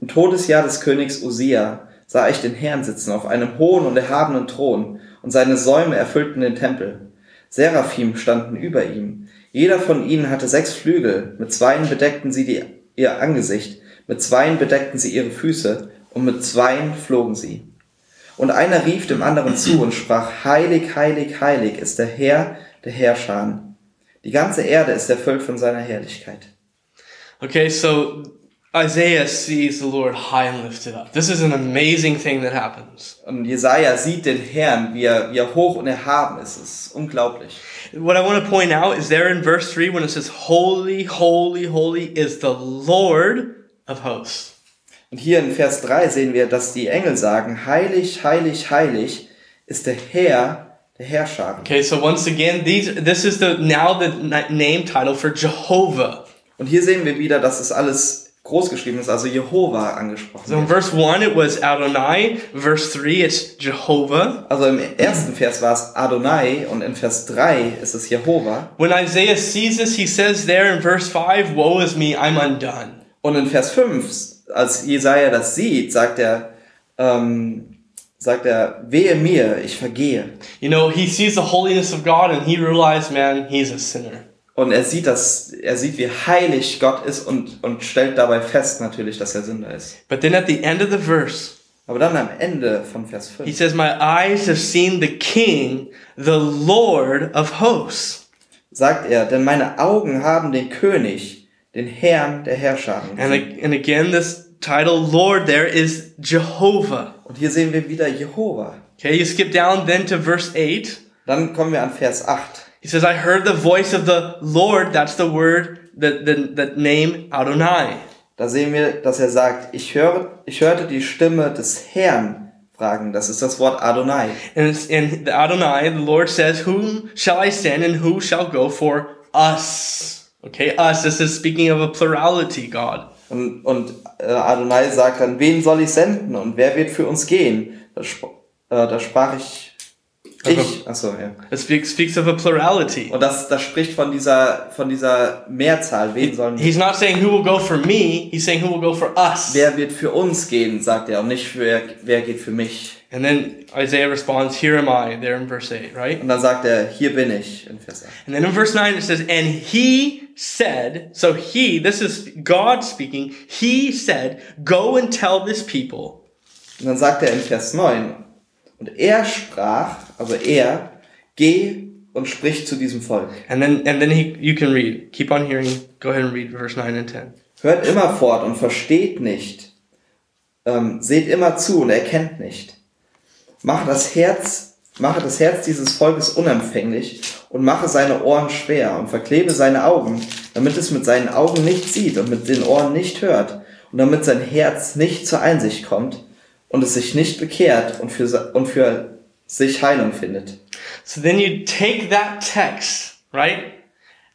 Speaker 3: Im Todesjahr des Königs Usia sah ich den Herrn sitzen auf einem hohen und erhabenen Thron, und seine Säume erfüllten den Tempel. Seraphim standen über ihm. Jeder von ihnen hatte sechs Flügel, mit zweien bedeckten sie die, ihr Angesicht, mit zweien bedeckten sie ihre Füße, und mit zweien flogen sie. Und einer rief dem anderen zu und sprach, Heilig, heilig, heilig ist der Herr der Herrscharen. Die ganze Erde ist erfüllt von seiner Herrlichkeit.
Speaker 2: Okay, so Isaiah sees the Lord high and lifted up. This is an amazing thing that happens.
Speaker 3: Und Jesaja sieht den Herrn, wie er, wie er hoch und erhaben ist. Es ist unglaublich.
Speaker 2: What I want to point out is there in verse three when it says, "Holy, holy, holy is the Lord of hosts."
Speaker 3: Und hier in Vers 3 sehen wir, dass die Engel sagen, heilig, heilig, heilig ist der Herr der Herrscher.
Speaker 2: Okay, so once again, these this is the now the na- name title for Jehovah.
Speaker 3: Und hier sehen wir wieder, dass es alles groß geschrieben ist, also Jehova angesprochen
Speaker 2: So in
Speaker 3: wird.
Speaker 2: verse one it was Adonai. Verse three it's Jehovah.
Speaker 3: Also im ersten Vers war es Adonai und in Vers 3 ist es Jehova.
Speaker 2: When Isaiah sees this, he says there in verse 5, Woe is me, I'm undone.
Speaker 3: Und in Vers 5, als Jesaja das sieht, sagt er, ähm, sagt er, wehe mir, ich vergehe.
Speaker 2: You know, he sees the holiness of God and he realized, man, he's a sinner.
Speaker 3: Und er sieht das, er sieht, wie heilig Gott ist und, und stellt dabei fest natürlich, dass er Sünder ist.
Speaker 2: But then at the end of the verse,
Speaker 3: Aber dann am Ende von Vers
Speaker 2: he
Speaker 3: 5
Speaker 2: says, My eyes have seen the King, the Lord of hosts.
Speaker 3: sagt er, denn meine Augen haben den König, den Herrn der Herrscher.
Speaker 2: And, a- and again, this title, Lord, there is Jehovah.
Speaker 3: Und hier sehen wir wieder Jehova.
Speaker 2: Okay, you skip down then to verse 8.
Speaker 3: Dann kommen wir an Vers 8.
Speaker 2: He says, I heard the voice of the Lord. That's the word, the, the, the name Adonai.
Speaker 3: Da sehen wir, dass er sagt, ich, höre, ich hörte die Stimme des Herrn fragen. Das ist das Wort Adonai.
Speaker 2: And, it's, and the Adonai, the Lord says, Whom shall I send and who shall go for us? Okay, us. This is speaking of a plurality, God.
Speaker 3: Und, und äh, Adonai sagt dann, wen soll ich senden und wer wird für uns gehen? Da, sp äh, da sprach ich. Ich. Achso, ja.
Speaker 2: It speaks, speaks of a plurality.
Speaker 3: Und das, das spricht von dieser, von dieser Mehrzahl. Wen sollen
Speaker 2: He's not saying who will go for me, he's saying who will go for us.
Speaker 3: Wer wird für uns gehen, sagt er, und nicht wer, wer geht für mich.
Speaker 2: And then Isaiah responds, Here am I, there in verse 8, right?
Speaker 3: Und dann sagt er, hier bin ich in Vers 8.
Speaker 2: And then in verse 9 it says, And he said, so he, this is God speaking, he said, Go and tell this people.
Speaker 3: Und dann sagt er in Vers 9, und er sprach, also er, geh und sprich zu diesem Volk.
Speaker 2: And then and then he you can read. Keep on hearing. Go ahead and read verse 9 and 10.
Speaker 3: Hört immer fort und versteht nicht. Ähm, seht immer zu und erkennt nicht. Mache das Herz, mache das Herz dieses Volkes unempfänglich und mache seine Ohren schwer und verklebe seine Augen, damit es mit seinen Augen nicht sieht und mit den Ohren nicht hört und damit sein Herz nicht zur Einsicht kommt und es sich nicht bekehrt und für, se- und für sich Heilung findet.
Speaker 2: So then you take that text, right?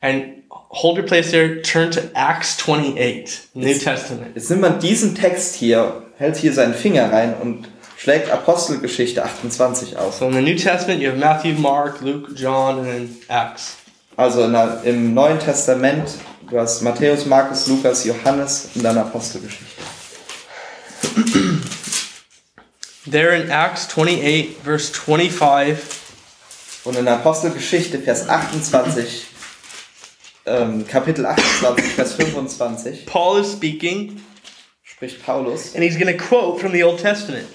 Speaker 2: And hold your place there, turn to Acts 28, New Testament.
Speaker 3: Jetzt nimmt man diesen Text hier, hält hier seinen Finger rein und schlägt Apostelgeschichte 28 auf.
Speaker 2: So in the New Testament you have Matthew, Mark, Luke, John, and then Acts.
Speaker 3: Also in der, im Neuen Testament, du hast Matthäus, Markus, Lukas, Johannes und dann Apostelgeschichte.
Speaker 2: There in Acts 28, verse 25,
Speaker 3: Und in Apostelgeschichte, Vers 28, ähm, Kapitel 28, Vers 25,
Speaker 2: Paul is speaking,
Speaker 3: spricht Paulus
Speaker 2: and he's gonna quote from the Old Testament.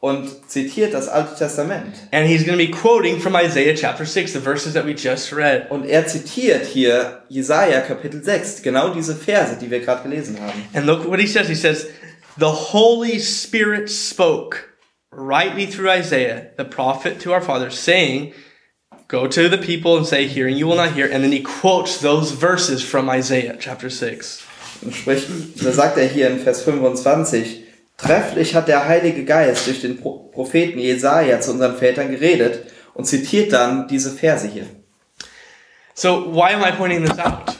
Speaker 3: und zitiert das Alte Testament.
Speaker 2: And he's going to be quoting from Isaiah chapter 6, the verses that we just read.
Speaker 3: Und er zitiert hier Jesaja Kapitel 6, genau diese Verse, die wir gerade gelesen haben.
Speaker 2: And look what he says. He says, The Holy Spirit spoke rightly through Isaiah, the prophet to our fathers, saying, Go to the people and say, Hearing you will not hear. And then he quotes those verses from Isaiah chapter 6.
Speaker 3: Und spricht, da sagt er hier in Vers 25, trefflich hat der Heilige Geist durch den Pro Propheten Jesaja zu unseren Vätern geredet und zitiert dann diese Verse hier.
Speaker 2: So, why am I pointing this out?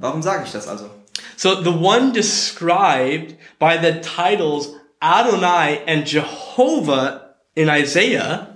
Speaker 3: Warum sage ich das also?
Speaker 2: So, the one described by the titles Adonai and Jehovah in Isaiah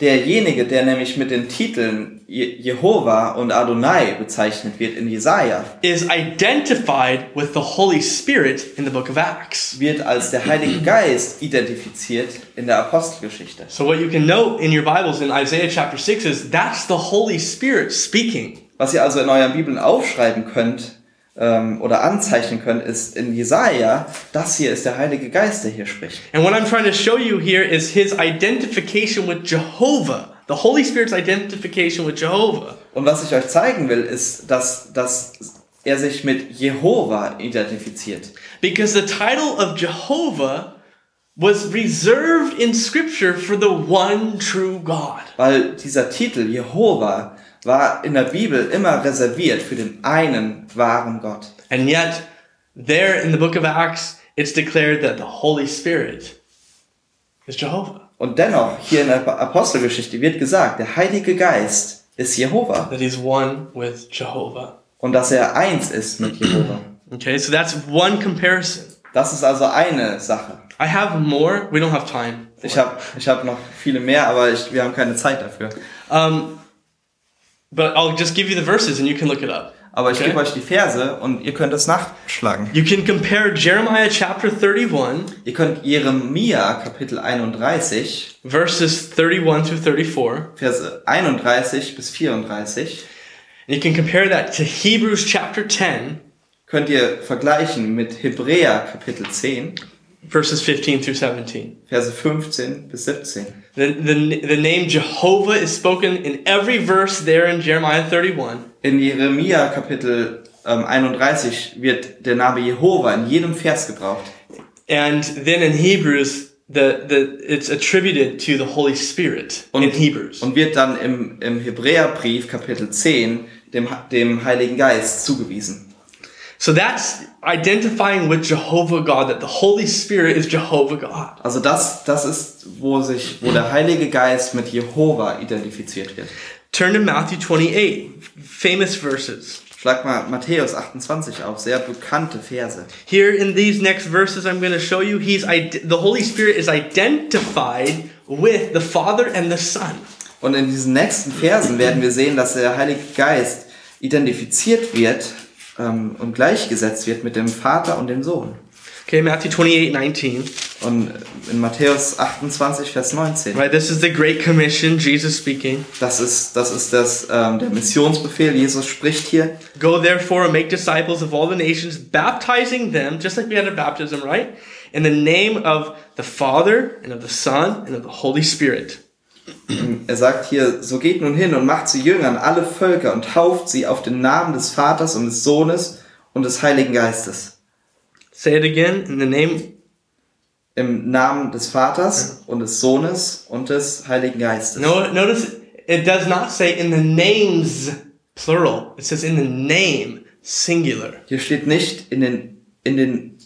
Speaker 3: Derjenige, der nämlich mit den Titeln Je Jehova und Adonai bezeichnet wird in Jesaja,
Speaker 2: is identified with the Holy Spirit in the book of Acts.
Speaker 3: wird als der Heilige Geist identifiziert in der Apostelgeschichte.
Speaker 2: So, what you can note in your Bibles in Isaiah chapter 6 is that's the Holy Spirit speaking.
Speaker 3: Was ihr also in euren Bibeln aufschreiben könnt ähm, oder anzeichnen könnt, ist in Jesaja, das hier ist der Heilige Geist, der hier spricht.
Speaker 2: And what I'm trying to show you here is his identification with Jehovah, the Holy Spirit's identification with Jehovah.
Speaker 3: Und was ich euch zeigen will, ist, dass, dass er sich mit Jehova identifiziert.
Speaker 2: Because the title of Jehovah was reserved in Scripture for the one true God.
Speaker 3: Weil dieser Titel Jehova war in der Bibel immer reserviert für den einen wahren Gott.
Speaker 2: And yet, there in the book of Acts, it's declared that the Holy Spirit is Jehovah.
Speaker 3: Und dennoch, hier in der Apostelgeschichte wird gesagt, der Heilige Geist ist Jehova
Speaker 2: that he's one with Jehovah.
Speaker 3: und dass er eins ist mit Jehova.
Speaker 2: Okay, so that's one comparison.
Speaker 3: Das ist also eine Sache.
Speaker 2: I have more. We don't have time.
Speaker 3: Ich habe ich hab noch viele mehr, aber ich, wir haben keine Zeit dafür.
Speaker 2: Um, but I'll just give you the verses and you can look it up.
Speaker 3: aber ich
Speaker 2: Okay.
Speaker 3: gebe euch die Verse und ihr könnt es nachschlagen.
Speaker 2: You can compare Jeremiah chapter 31,
Speaker 3: Ihr könnt Jeremia Kapitel 31,
Speaker 2: verses 31 through 34, and
Speaker 3: Verse 31 bis 34,
Speaker 2: you can compare that to Hebrews chapter 10,
Speaker 3: könnt ihr vergleichen mit Hebräer Kapitel 10,
Speaker 2: verses 15 through 17.
Speaker 3: Verse 15 bis 17.
Speaker 2: The, the, the name Jehovah is spoken in every verse there in Jeremiah 31.
Speaker 3: In Jeremia Kapitel ähm, 31 wird der Name Jehova in jedem Vers gebraucht.
Speaker 2: And then in Hebrews, the, the, it's attributed to the Holy Spirit in Hebrews.
Speaker 3: und wird dann im, im Hebräerbrief Kapitel 10 dem, dem Heiligen Geist zugewiesen.
Speaker 2: So that's identifying with Jehovah God, that the Holy Spirit is Jehovah God.
Speaker 3: Also das, das ist, wo sich, wo der Heilige Geist mit Jehova identifiziert wird.
Speaker 2: Turn to Matthew 28, famous verses.
Speaker 3: Schlag mal Matthäus 28 auf, sehr bekannte Verse.
Speaker 2: Here in these next verses I'm going to show you, he's ide- the Holy Spirit is identified with the Father and the Son.
Speaker 3: Und in diesen nächsten Versen werden wir sehen, dass der Heilige Geist identifiziert wird ähm, und gleichgesetzt wird mit dem Vater und dem Sohn.
Speaker 2: Okay, Matthew 28, 19.
Speaker 3: Und in Matthäus 28, Vers 19.
Speaker 2: Right, this is the Great Commission, Jesus speaking.
Speaker 3: Das ist, das ist das, ähm, der Missionsbefehl. Jesus spricht hier.
Speaker 2: Go therefore and make disciples of all the nations, baptizing them, just like we had a baptism, right? In the name of the Father and of the Son and of the Holy Spirit.
Speaker 3: Er sagt hier, so geht nun hin und macht zu Jüngern alle Völker und tauft sie auf den Namen des Vaters und des Sohnes und des Heiligen Geistes.
Speaker 2: Say it again. In the name,
Speaker 3: Im Namen des Vaters und des Sohnes und des Heiligen Geistes.
Speaker 2: no, notice it does not say in the names, plural. It says in the name, singular.
Speaker 3: Hier steht nicht in den, in den,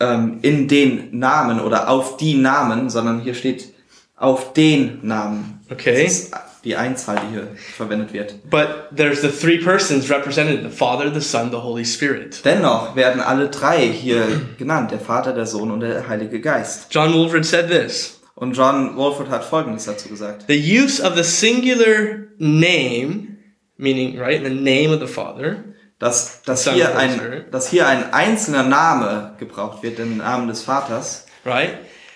Speaker 3: ähm, in den Namen oder auf die Namen, sondern hier steht auf den Namen.
Speaker 2: Okay.
Speaker 3: Das ist die Einzahl, die hier verwendet wird.
Speaker 2: But there's the three persons represented the Father, the Son, the Holy Spirit.
Speaker 3: Dennoch werden alle drei hier genannt, der Vater, der Sohn und der Heilige Geist.
Speaker 2: John Wolford said this
Speaker 3: Und John Wolford hat Folgendes dazu gesagt.
Speaker 2: The use of the singular name, meaning, right, the name of the Father,
Speaker 3: Dass, dass,
Speaker 2: Son
Speaker 3: hier
Speaker 2: and Holy
Speaker 3: ein,
Speaker 2: Spirit.
Speaker 3: dass hier ein einzelner Name gebraucht wird, den Namen des Vaters,
Speaker 2: right,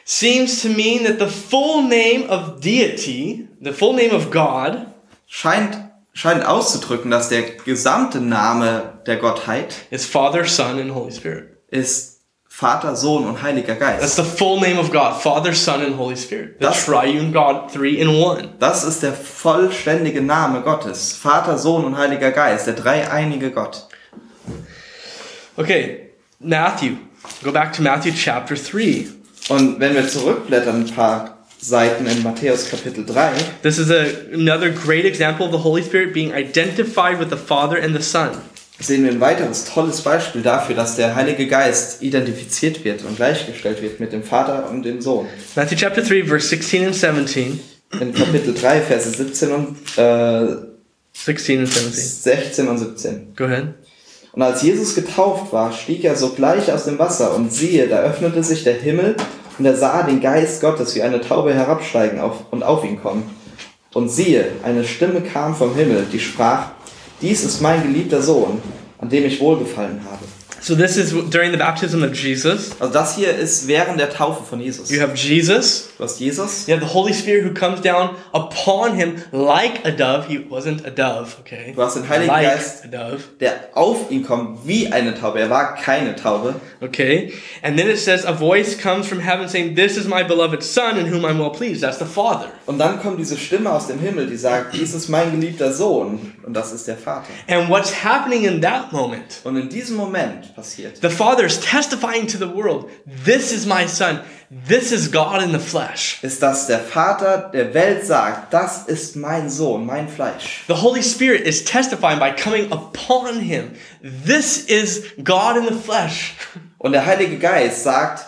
Speaker 2: seems to mean that the full name of deity, the full name of God,
Speaker 3: scheint, scheint auszudrücken, dass der gesamte Name der Gottheit
Speaker 2: is Father, Son, and Holy Spirit.
Speaker 3: ist Vater, Sohn und Heiliger
Speaker 2: That's
Speaker 3: Geist.
Speaker 2: the full name of God, Father, Son, and Holy Spirit. The
Speaker 3: That's-
Speaker 2: triune God, three in one.
Speaker 3: Das ist der vollständige Name Gottes. Vater, Sohn und Heiliger Geist, der dreieinige Gott.
Speaker 2: Okay, Matthew. Go back to Matthew chapter 3.
Speaker 3: Und wenn wir zurückblättern ein paar Seiten in Matthäus Kapitel 3,
Speaker 2: This is a, another great example of the Holy Spirit being identified with the Father and the Son.
Speaker 3: sehen wir ein weiteres tolles Beispiel dafür, dass der Heilige Geist identifiziert wird und gleichgestellt wird mit dem Vater und dem Sohn.
Speaker 2: Matthew chapter 3, verse 16 and 17.
Speaker 3: In Kapitel 3, Verse 17 und äh,
Speaker 2: 16 and 17.
Speaker 3: 16 und 17.
Speaker 2: Go ahead.
Speaker 3: Und als Jesus getauft war, stieg er sogleich aus dem Wasser und siehe, da öffnete sich der Himmel und er sah den Geist Gottes wie eine Taube herabsteigen auf, und auf ihn kommen. Und siehe, eine Stimme kam vom Himmel, die sprach, dies ist mein geliebter Sohn, an dem ich wohlgefallen habe.
Speaker 2: So this is during the baptism of Jesus.
Speaker 3: Also das hier ist während der Taufe von Jesus.
Speaker 2: You have Jesus.
Speaker 3: Du hast Jesus,
Speaker 2: You have the Holy Spirit who comes down upon him like a dove. He wasn't a dove, okay?
Speaker 3: Du hast den Heiligen
Speaker 2: like
Speaker 3: Geist.
Speaker 2: a dove,
Speaker 3: der auf ihn kommt wie eine Taube. Er war keine Taube.
Speaker 2: okay? And then it says, a voice comes from heaven saying, This is my beloved Son in whom I'm well pleased. That's the Father.
Speaker 3: Und dann kommt diese Stimme aus dem Himmel, die sagt, dies ist mein geliebter Sohn und das ist der Vater.
Speaker 2: And what's happening in that moment?
Speaker 3: Und in diesem Moment passiert,
Speaker 2: The Father is testifying to the world, this is my son. This is God in the flesh.
Speaker 3: ist, dass der Vater der Welt sagt, das ist mein Sohn, mein Fleisch.
Speaker 2: The Holy Spirit is testifying by coming upon him. This is God in the flesh. [LAUGHS]
Speaker 3: Und der Heilige Geist sagt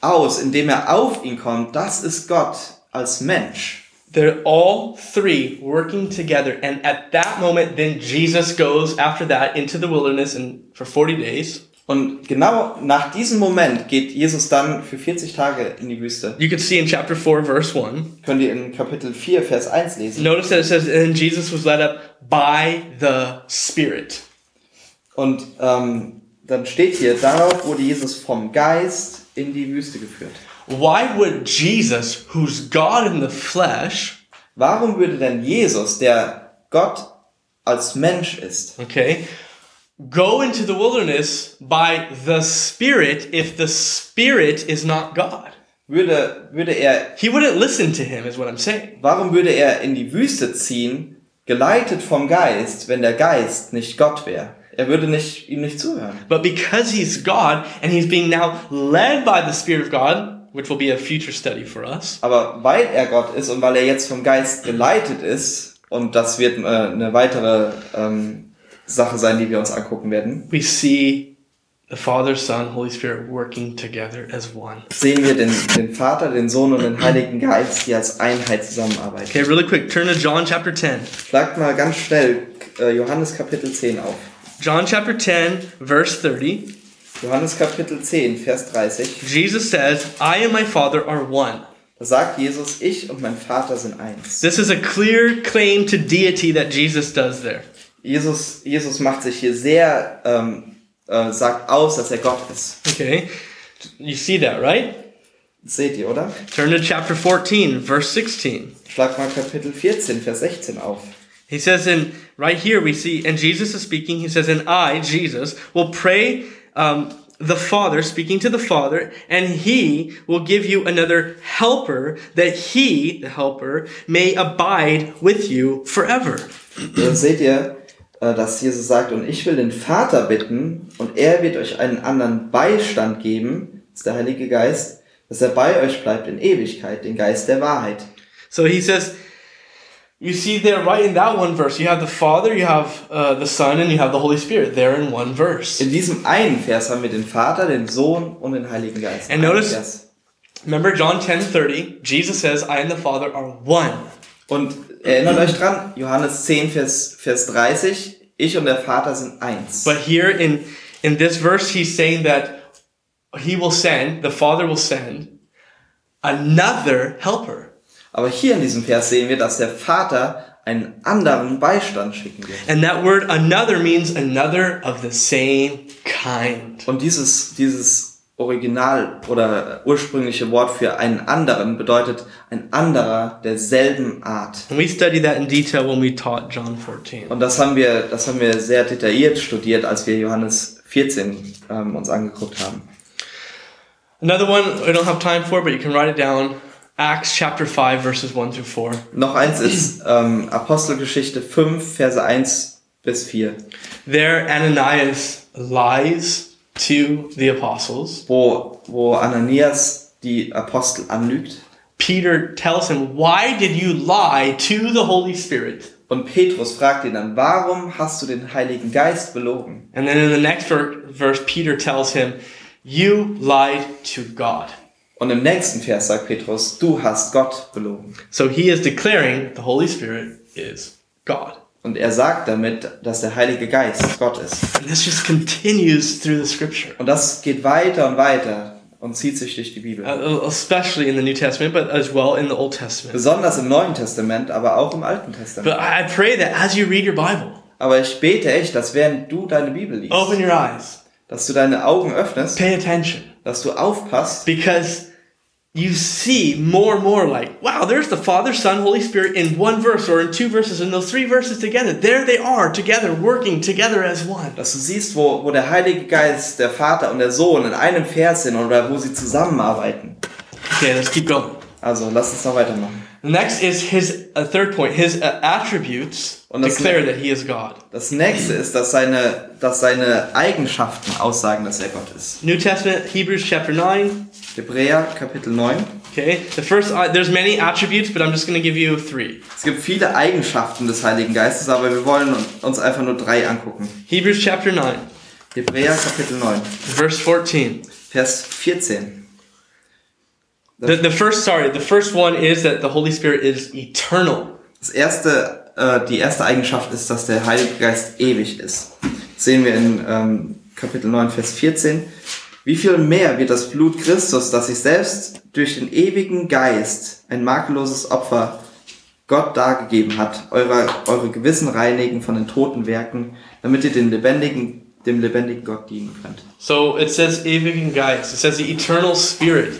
Speaker 3: aus, indem er auf ihn kommt, das ist Gott als Mensch.
Speaker 2: They're all three working together. And at that moment, then Jesus goes after that into the wilderness and for 40 days.
Speaker 3: Und genau nach diesem Moment geht Jesus dann für 40 Tage in die Wüste.
Speaker 2: You can see in chapter 4, verse 1.
Speaker 3: Könnt ihr in Kapitel 4, Vers 1 lesen.
Speaker 2: Notice that it says, and Jesus was led up by the Spirit.
Speaker 3: Und ähm, dann steht hier, darauf wurde Jesus vom Geist in die Wüste geführt.
Speaker 2: Why would Jesus, who's God in the flesh,
Speaker 3: Warum würde denn Jesus, der Gott als Mensch ist,
Speaker 2: okay, go into the wilderness by the Spirit if the Spirit is not God?
Speaker 3: würde, würde er,
Speaker 2: He wouldn't listen to him, is what I'm saying.
Speaker 3: warum würde er in die Wüste ziehen, geleitet vom Geist, wenn der Geist nicht Gott wäre? Er würde nicht, ihm nicht zuhören.
Speaker 2: But because he's God and he's being now led by the Spirit of God, which will be a future study for us,
Speaker 3: Aber weil er Gott ist und weil er jetzt vom Geist geleitet ist, und das wird äh, eine weitere ähm, Sache sein, die wir uns angucken werden,
Speaker 2: we see the Father, Son, Holy Spirit working together as one.
Speaker 3: sehen wir den, den Vater, den Sohn und den Heiligen Geist, die als Einheit zusammenarbeiten.
Speaker 2: Okay, really quick, turn to John chapter 10.
Speaker 3: Schlagt mal ganz schnell äh, Johannes Kapitel 10 auf.
Speaker 2: John chapter 10, verse 30,
Speaker 3: Johannes Kapitel 10, Vers 30.
Speaker 2: Jesus says, I and my Father are one.
Speaker 3: Da sagt Jesus, ich und mein Vater sind eins.
Speaker 2: This is a clear claim to deity that Jesus does there.
Speaker 3: Jesus, Jesus macht sich hier sehr, ähm, äh, sagt aus, dass er Gott ist.
Speaker 2: Okay, you see that, right?
Speaker 3: Das seht ihr, oder?
Speaker 2: Turn to chapter 14, verse 16.
Speaker 3: Schlag mal Kapitel 14, Vers 16 auf.
Speaker 2: He says, in right here we see, and Jesus is speaking, he says, And I, Jesus, will pray um, the Father, speaking to the Father, and he will give you another helper that he, the helper, may abide with you forever.
Speaker 3: Da seht ihr, äh, dass Jesus sagt, und ich will den Vater bitten, und er wird euch einen anderen Beistand geben, das ist der Heilige Geist, dass er bei euch bleibt in Ewigkeit, den Geist der Wahrheit.
Speaker 2: So he says, you see there right in that one verse, you have the Father, you have uh, the Son, and you have the Holy Spirit there in one verse.
Speaker 3: In diesem einen Vers haben wir den Vater, den Sohn und den Heiligen Geist.
Speaker 2: And notice-
Speaker 3: Ein Vers.
Speaker 2: Remember John 10 30, Jesus says, I and the Father are one.
Speaker 3: Und
Speaker 2: Mhm.
Speaker 3: erinnert euch dran, Johannes 10, Vers, Vers 30, ich und der Vater sind eins.
Speaker 2: But here in, in this verse, he's saying that he will send, the Father will send another helper.
Speaker 3: Aber hier in diesem Vers sehen wir, dass der Vater einen anderen Beistand schicken wird.
Speaker 2: And that word another means another of the same kind.
Speaker 3: Und dieses, dieses Original oder ursprüngliche Wort für einen anderen bedeutet ein anderer derselben Art.
Speaker 2: And we studied that in detail when we taught John 14.
Speaker 3: Und das haben wir, das haben wir sehr detailliert studiert, als wir Johannes 14 ähm, uns angeguckt haben.
Speaker 2: Another one I don't have time for, but you can write it down. Acts chapter 5, verses 1 through 4.
Speaker 3: Noch eins ist ähm, Apostelgeschichte 5, Verse 1 bis 4.
Speaker 2: There, Ananias lies to the apostles.
Speaker 3: wo, wo Ananias die Apostel anlügt.
Speaker 2: Peter tells him, Why did you lie to the Holy Spirit?
Speaker 3: Und Petrus fragt ihn dann, warum hast du den Heiligen Geist belogen?
Speaker 2: And then in the next ver- verse, Peter tells him, You lied to God.
Speaker 3: Und im nächsten Vers sagt Petrus, du hast Gott belogen.
Speaker 2: So he is declaring the Holy Spirit is God.
Speaker 3: Und er sagt damit, dass der Heilige Geist Gott ist.
Speaker 2: And this just continues through the scripture,
Speaker 3: Und das geht weiter und weiter und zieht sich durch die Bibel.
Speaker 2: uh, especially in the New Testament, but as well in the Old Testament.
Speaker 3: Besonders im Neuen Testament, aber auch im Alten Testament.
Speaker 2: But I I pray that as you read your Bible,
Speaker 3: Aber ich bete echt, dass während du deine Bibel
Speaker 2: open
Speaker 3: liest,
Speaker 2: your eyes,
Speaker 3: dass du deine Augen öffnest,
Speaker 2: pay attention,
Speaker 3: dass du aufpasst,
Speaker 2: because you see more and more like, wow, there's the Father, Son, Holy Spirit in one verse or in two verses, in those three verses together. There they are together, working together as one.
Speaker 3: dass du siehst, wo, wo der Heilige Geist, der Vater und der Sohn in einem Vers sind oder wo sie zusammenarbeiten.
Speaker 2: Okay, let's keep going.
Speaker 3: Also lass uns noch weitermachen.
Speaker 2: The next is his uh, third point. His uh, attributes
Speaker 3: Und das-
Speaker 2: declare that he is God.
Speaker 3: Das nächste ist, dass seine, dass seine Eigenschaften aussagen, dass er Gott ist.
Speaker 2: New Testament, Hebrews chapter 9.
Speaker 3: Hebräer Kapitel 9.
Speaker 2: Okay, the first, uh, there's many attributes, but I'm just going to give you three.
Speaker 3: Es gibt viele Eigenschaften des Heiligen Geistes, aber wir wollen uns einfach nur drei angucken.
Speaker 2: Hebrews chapter 9,
Speaker 3: Hebräer Kapitel 9,
Speaker 2: verse 14.
Speaker 3: Vers 14.
Speaker 2: The, the first, sorry, the first one is that the Holy Spirit is eternal.
Speaker 3: Das erste, äh, die erste Eigenschaft ist, dass der Heilige Geist ewig ist. Das sehen wir in ähm, Kapitel 9, Vers 14. Wie viel mehr wird das Blut Christus, das sich selbst durch den ewigen Geist ein makelloses Opfer Gott dargegeben hat, eure, eure Gewissen reinigen von den toten Werken, damit ihr den lebendigen dem lebendigen Gott dienen könnt.
Speaker 2: So it says ewigen Geist. It says the eternal spirit.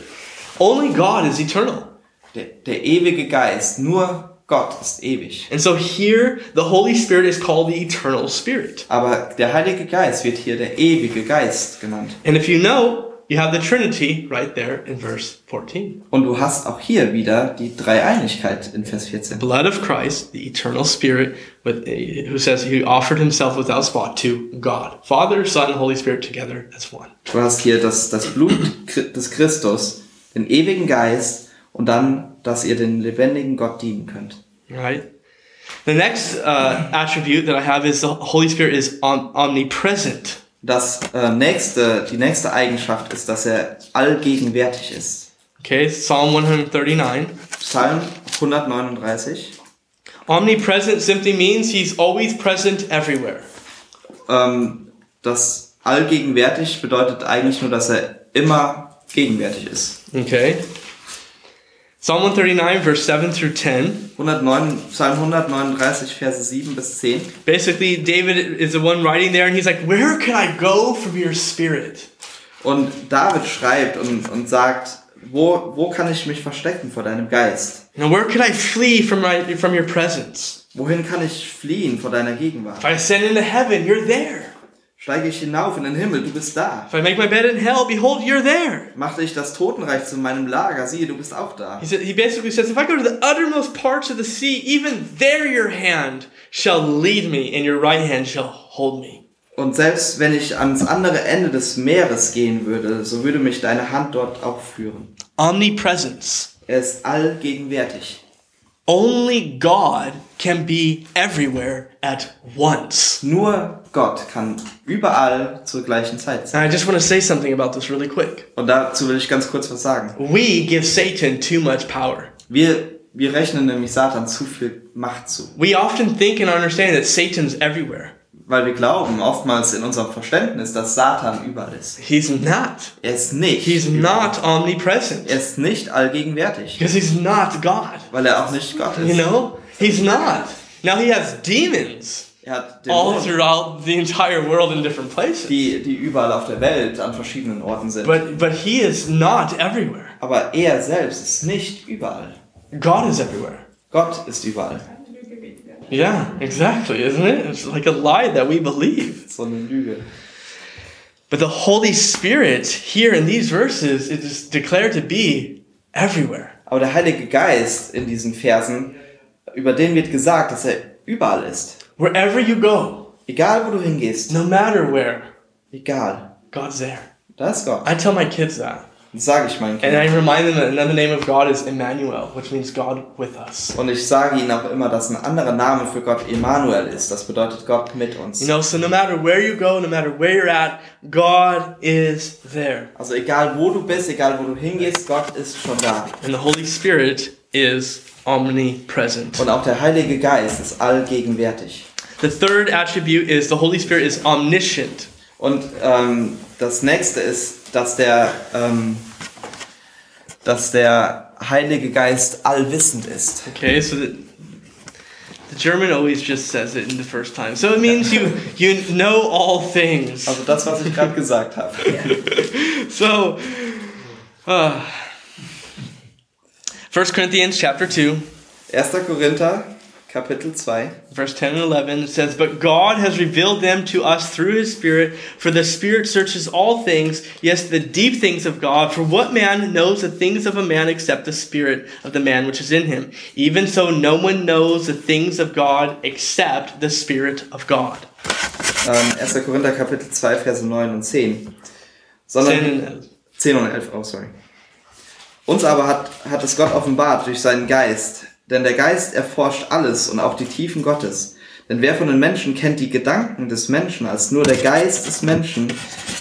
Speaker 2: Only God is eternal.
Speaker 3: Der, der ewige Geist, nur Gott ist ewig.
Speaker 2: And so here the Holy Spirit is called the eternal spirit.
Speaker 3: Aber der Heilige Geist wird hier der ewige Geist genannt.
Speaker 2: And if you know, you have the Trinity right there in verse 14.
Speaker 3: Und du hast auch hier wieder die Dreieinigkeit in Vers 14.
Speaker 2: Blood of Christ, the eternal spirit with eh, who says he offered himself without spot to God. Father, Son, Holy Spirit together as one.
Speaker 3: Du hast hier das, das Blut Chri- des Christus, den ewigen Geist und dann, dass ihr den lebendigen Gott dienen könnt.
Speaker 2: Right? The next uh, attribute that I have is the Holy Spirit is om- omnipresent.
Speaker 3: Das äh, nächste, die nächste Eigenschaft ist, dass er allgegenwärtig ist.
Speaker 2: Okay, Psalm 139.
Speaker 3: Psalm 139.
Speaker 2: Omnipresent simply means he's always present everywhere.
Speaker 3: Ähm, das allgegenwärtig bedeutet eigentlich nur, dass er immer gegenwärtig ist.
Speaker 2: Okay. Psalm 139, verse 7 through 10.
Speaker 3: 109, Psalm 139, Verse 7 bis 10.
Speaker 2: Basically, David is the one writing there, and he's like, Where can I go from your spirit?
Speaker 3: Und David schreibt und, und sagt, wo, wo kann ich mich verstecken vor deinem Geist?
Speaker 2: Now, where can I flee from, my, from your presence?
Speaker 3: Wohin kann ich fliehen vor deiner Gegenwart?
Speaker 2: If I ascend into heaven, you're there.
Speaker 3: Steige ich hinauf in den Himmel, du bist da.
Speaker 2: If I make my bed in hell, behold, you're there.
Speaker 3: Machte ich das Totenreich zu meinem Lager, siehe, du bist auch da.
Speaker 2: He, said, he basically says, If I go to the uttermost parts of the sea, even there your hand shall lead me, and your right hand shall hold me.
Speaker 3: Und selbst wenn ich ans andere Ende des Meeres gehen würde, so würde mich deine Hand dort auch führen.
Speaker 2: Omnipresence.
Speaker 3: Er ist allgegenwärtig.
Speaker 2: Only God can be everywhere at once.
Speaker 3: Nur Gott kann überall zur gleichen Zeit sein.
Speaker 2: And I just want to say something about this really quick.
Speaker 3: Und dazu will ich ganz kurz was sagen.
Speaker 2: We give Satan too much power.
Speaker 3: Wir, wir rechnen nämlich Satan zu viel Macht zu.
Speaker 2: We often think and understand that Satan's everywhere.
Speaker 3: Weil wir glauben oftmals in unserem Verständnis, dass Satan überall ist.
Speaker 2: He's not.
Speaker 3: Er ist nicht.
Speaker 2: He's
Speaker 3: überall.
Speaker 2: not omnipresent
Speaker 3: Er ist nicht allgegenwärtig,
Speaker 2: because he's not God.
Speaker 3: weil er auch nicht Gott ist.
Speaker 2: You know? He's not. Now he has demons
Speaker 3: Er hat
Speaker 2: all
Speaker 3: Dämonen,
Speaker 2: throughout the entire world in different places.
Speaker 3: die, die überall auf der Welt an verschiedenen Orten sind.
Speaker 2: But but he is not everywhere.
Speaker 3: Aber er selbst ist nicht überall.
Speaker 2: God is everywhere.
Speaker 3: Gott ist überall.
Speaker 2: Yeah, exactly, isn't it? It's like a lie that we believe.
Speaker 3: So eine Lüge.
Speaker 2: But the Holy Spirit here in these verses it is declared to be everywhere.
Speaker 3: Aber der Heilige Geist in diesen Versen, über den wird gesagt, dass er überall ist.
Speaker 2: Wherever you go,
Speaker 3: Egal, wo du hingehst.
Speaker 2: no matter where,
Speaker 3: Egal.
Speaker 2: God's there.
Speaker 3: Da ist Gott.
Speaker 2: I tell my kids that.
Speaker 3: Das sage ich meinen
Speaker 2: And
Speaker 3: Kindern.
Speaker 2: I remind them that another name of God is Emmanuel, which means God with us.
Speaker 3: Und ich sage ihnen auch immer, dass ein anderer Name für Gott Emanuel ist. Das bedeutet Gott mit
Speaker 2: You
Speaker 3: uns.
Speaker 2: know, so no matter where you go, no matter where you're at, God is there.
Speaker 3: Also egal wo du bist, egal wo du hingehst, Gott ist schon da.
Speaker 2: And the Holy Spirit is omnipresent.
Speaker 3: Und auch der Heilige Geist ist allgegenwärtig.
Speaker 2: The third attribute is the Holy Spirit is omniscient.
Speaker 3: Und ähm, das nächste ist, dass der, ähm, dass der Heilige Geist allwissend ist.
Speaker 2: Okay, so the, the German always just says it in the first time. So it means you you know all things.
Speaker 3: Also das, was ich gerade gesagt habe.
Speaker 2: So, uh, 1 Corinthians chapter 2,
Speaker 3: 1. Korinther, Kapitel 2.
Speaker 2: verse 10 and 11 it says, But God has revealed them to us through his Spirit, for the Spirit searches all things, yes, the deep things of God. For what man knows the things of a man except the Spirit of the man which is in him? Even so, no one knows the things of God except the Spirit of God.
Speaker 3: Ähm, 1. Korinther, Kapitel 2, Verse 9 und 10. Sondern,
Speaker 2: 10 and 11.
Speaker 3: 10 und 11, oh, sorry. Uns aber hat, hat es Gott offenbart durch seinen Geist, denn der Geist erforscht alles und auch die Tiefen Gottes. Denn wer von den Menschen kennt die Gedanken des Menschen als nur der Geist des Menschen,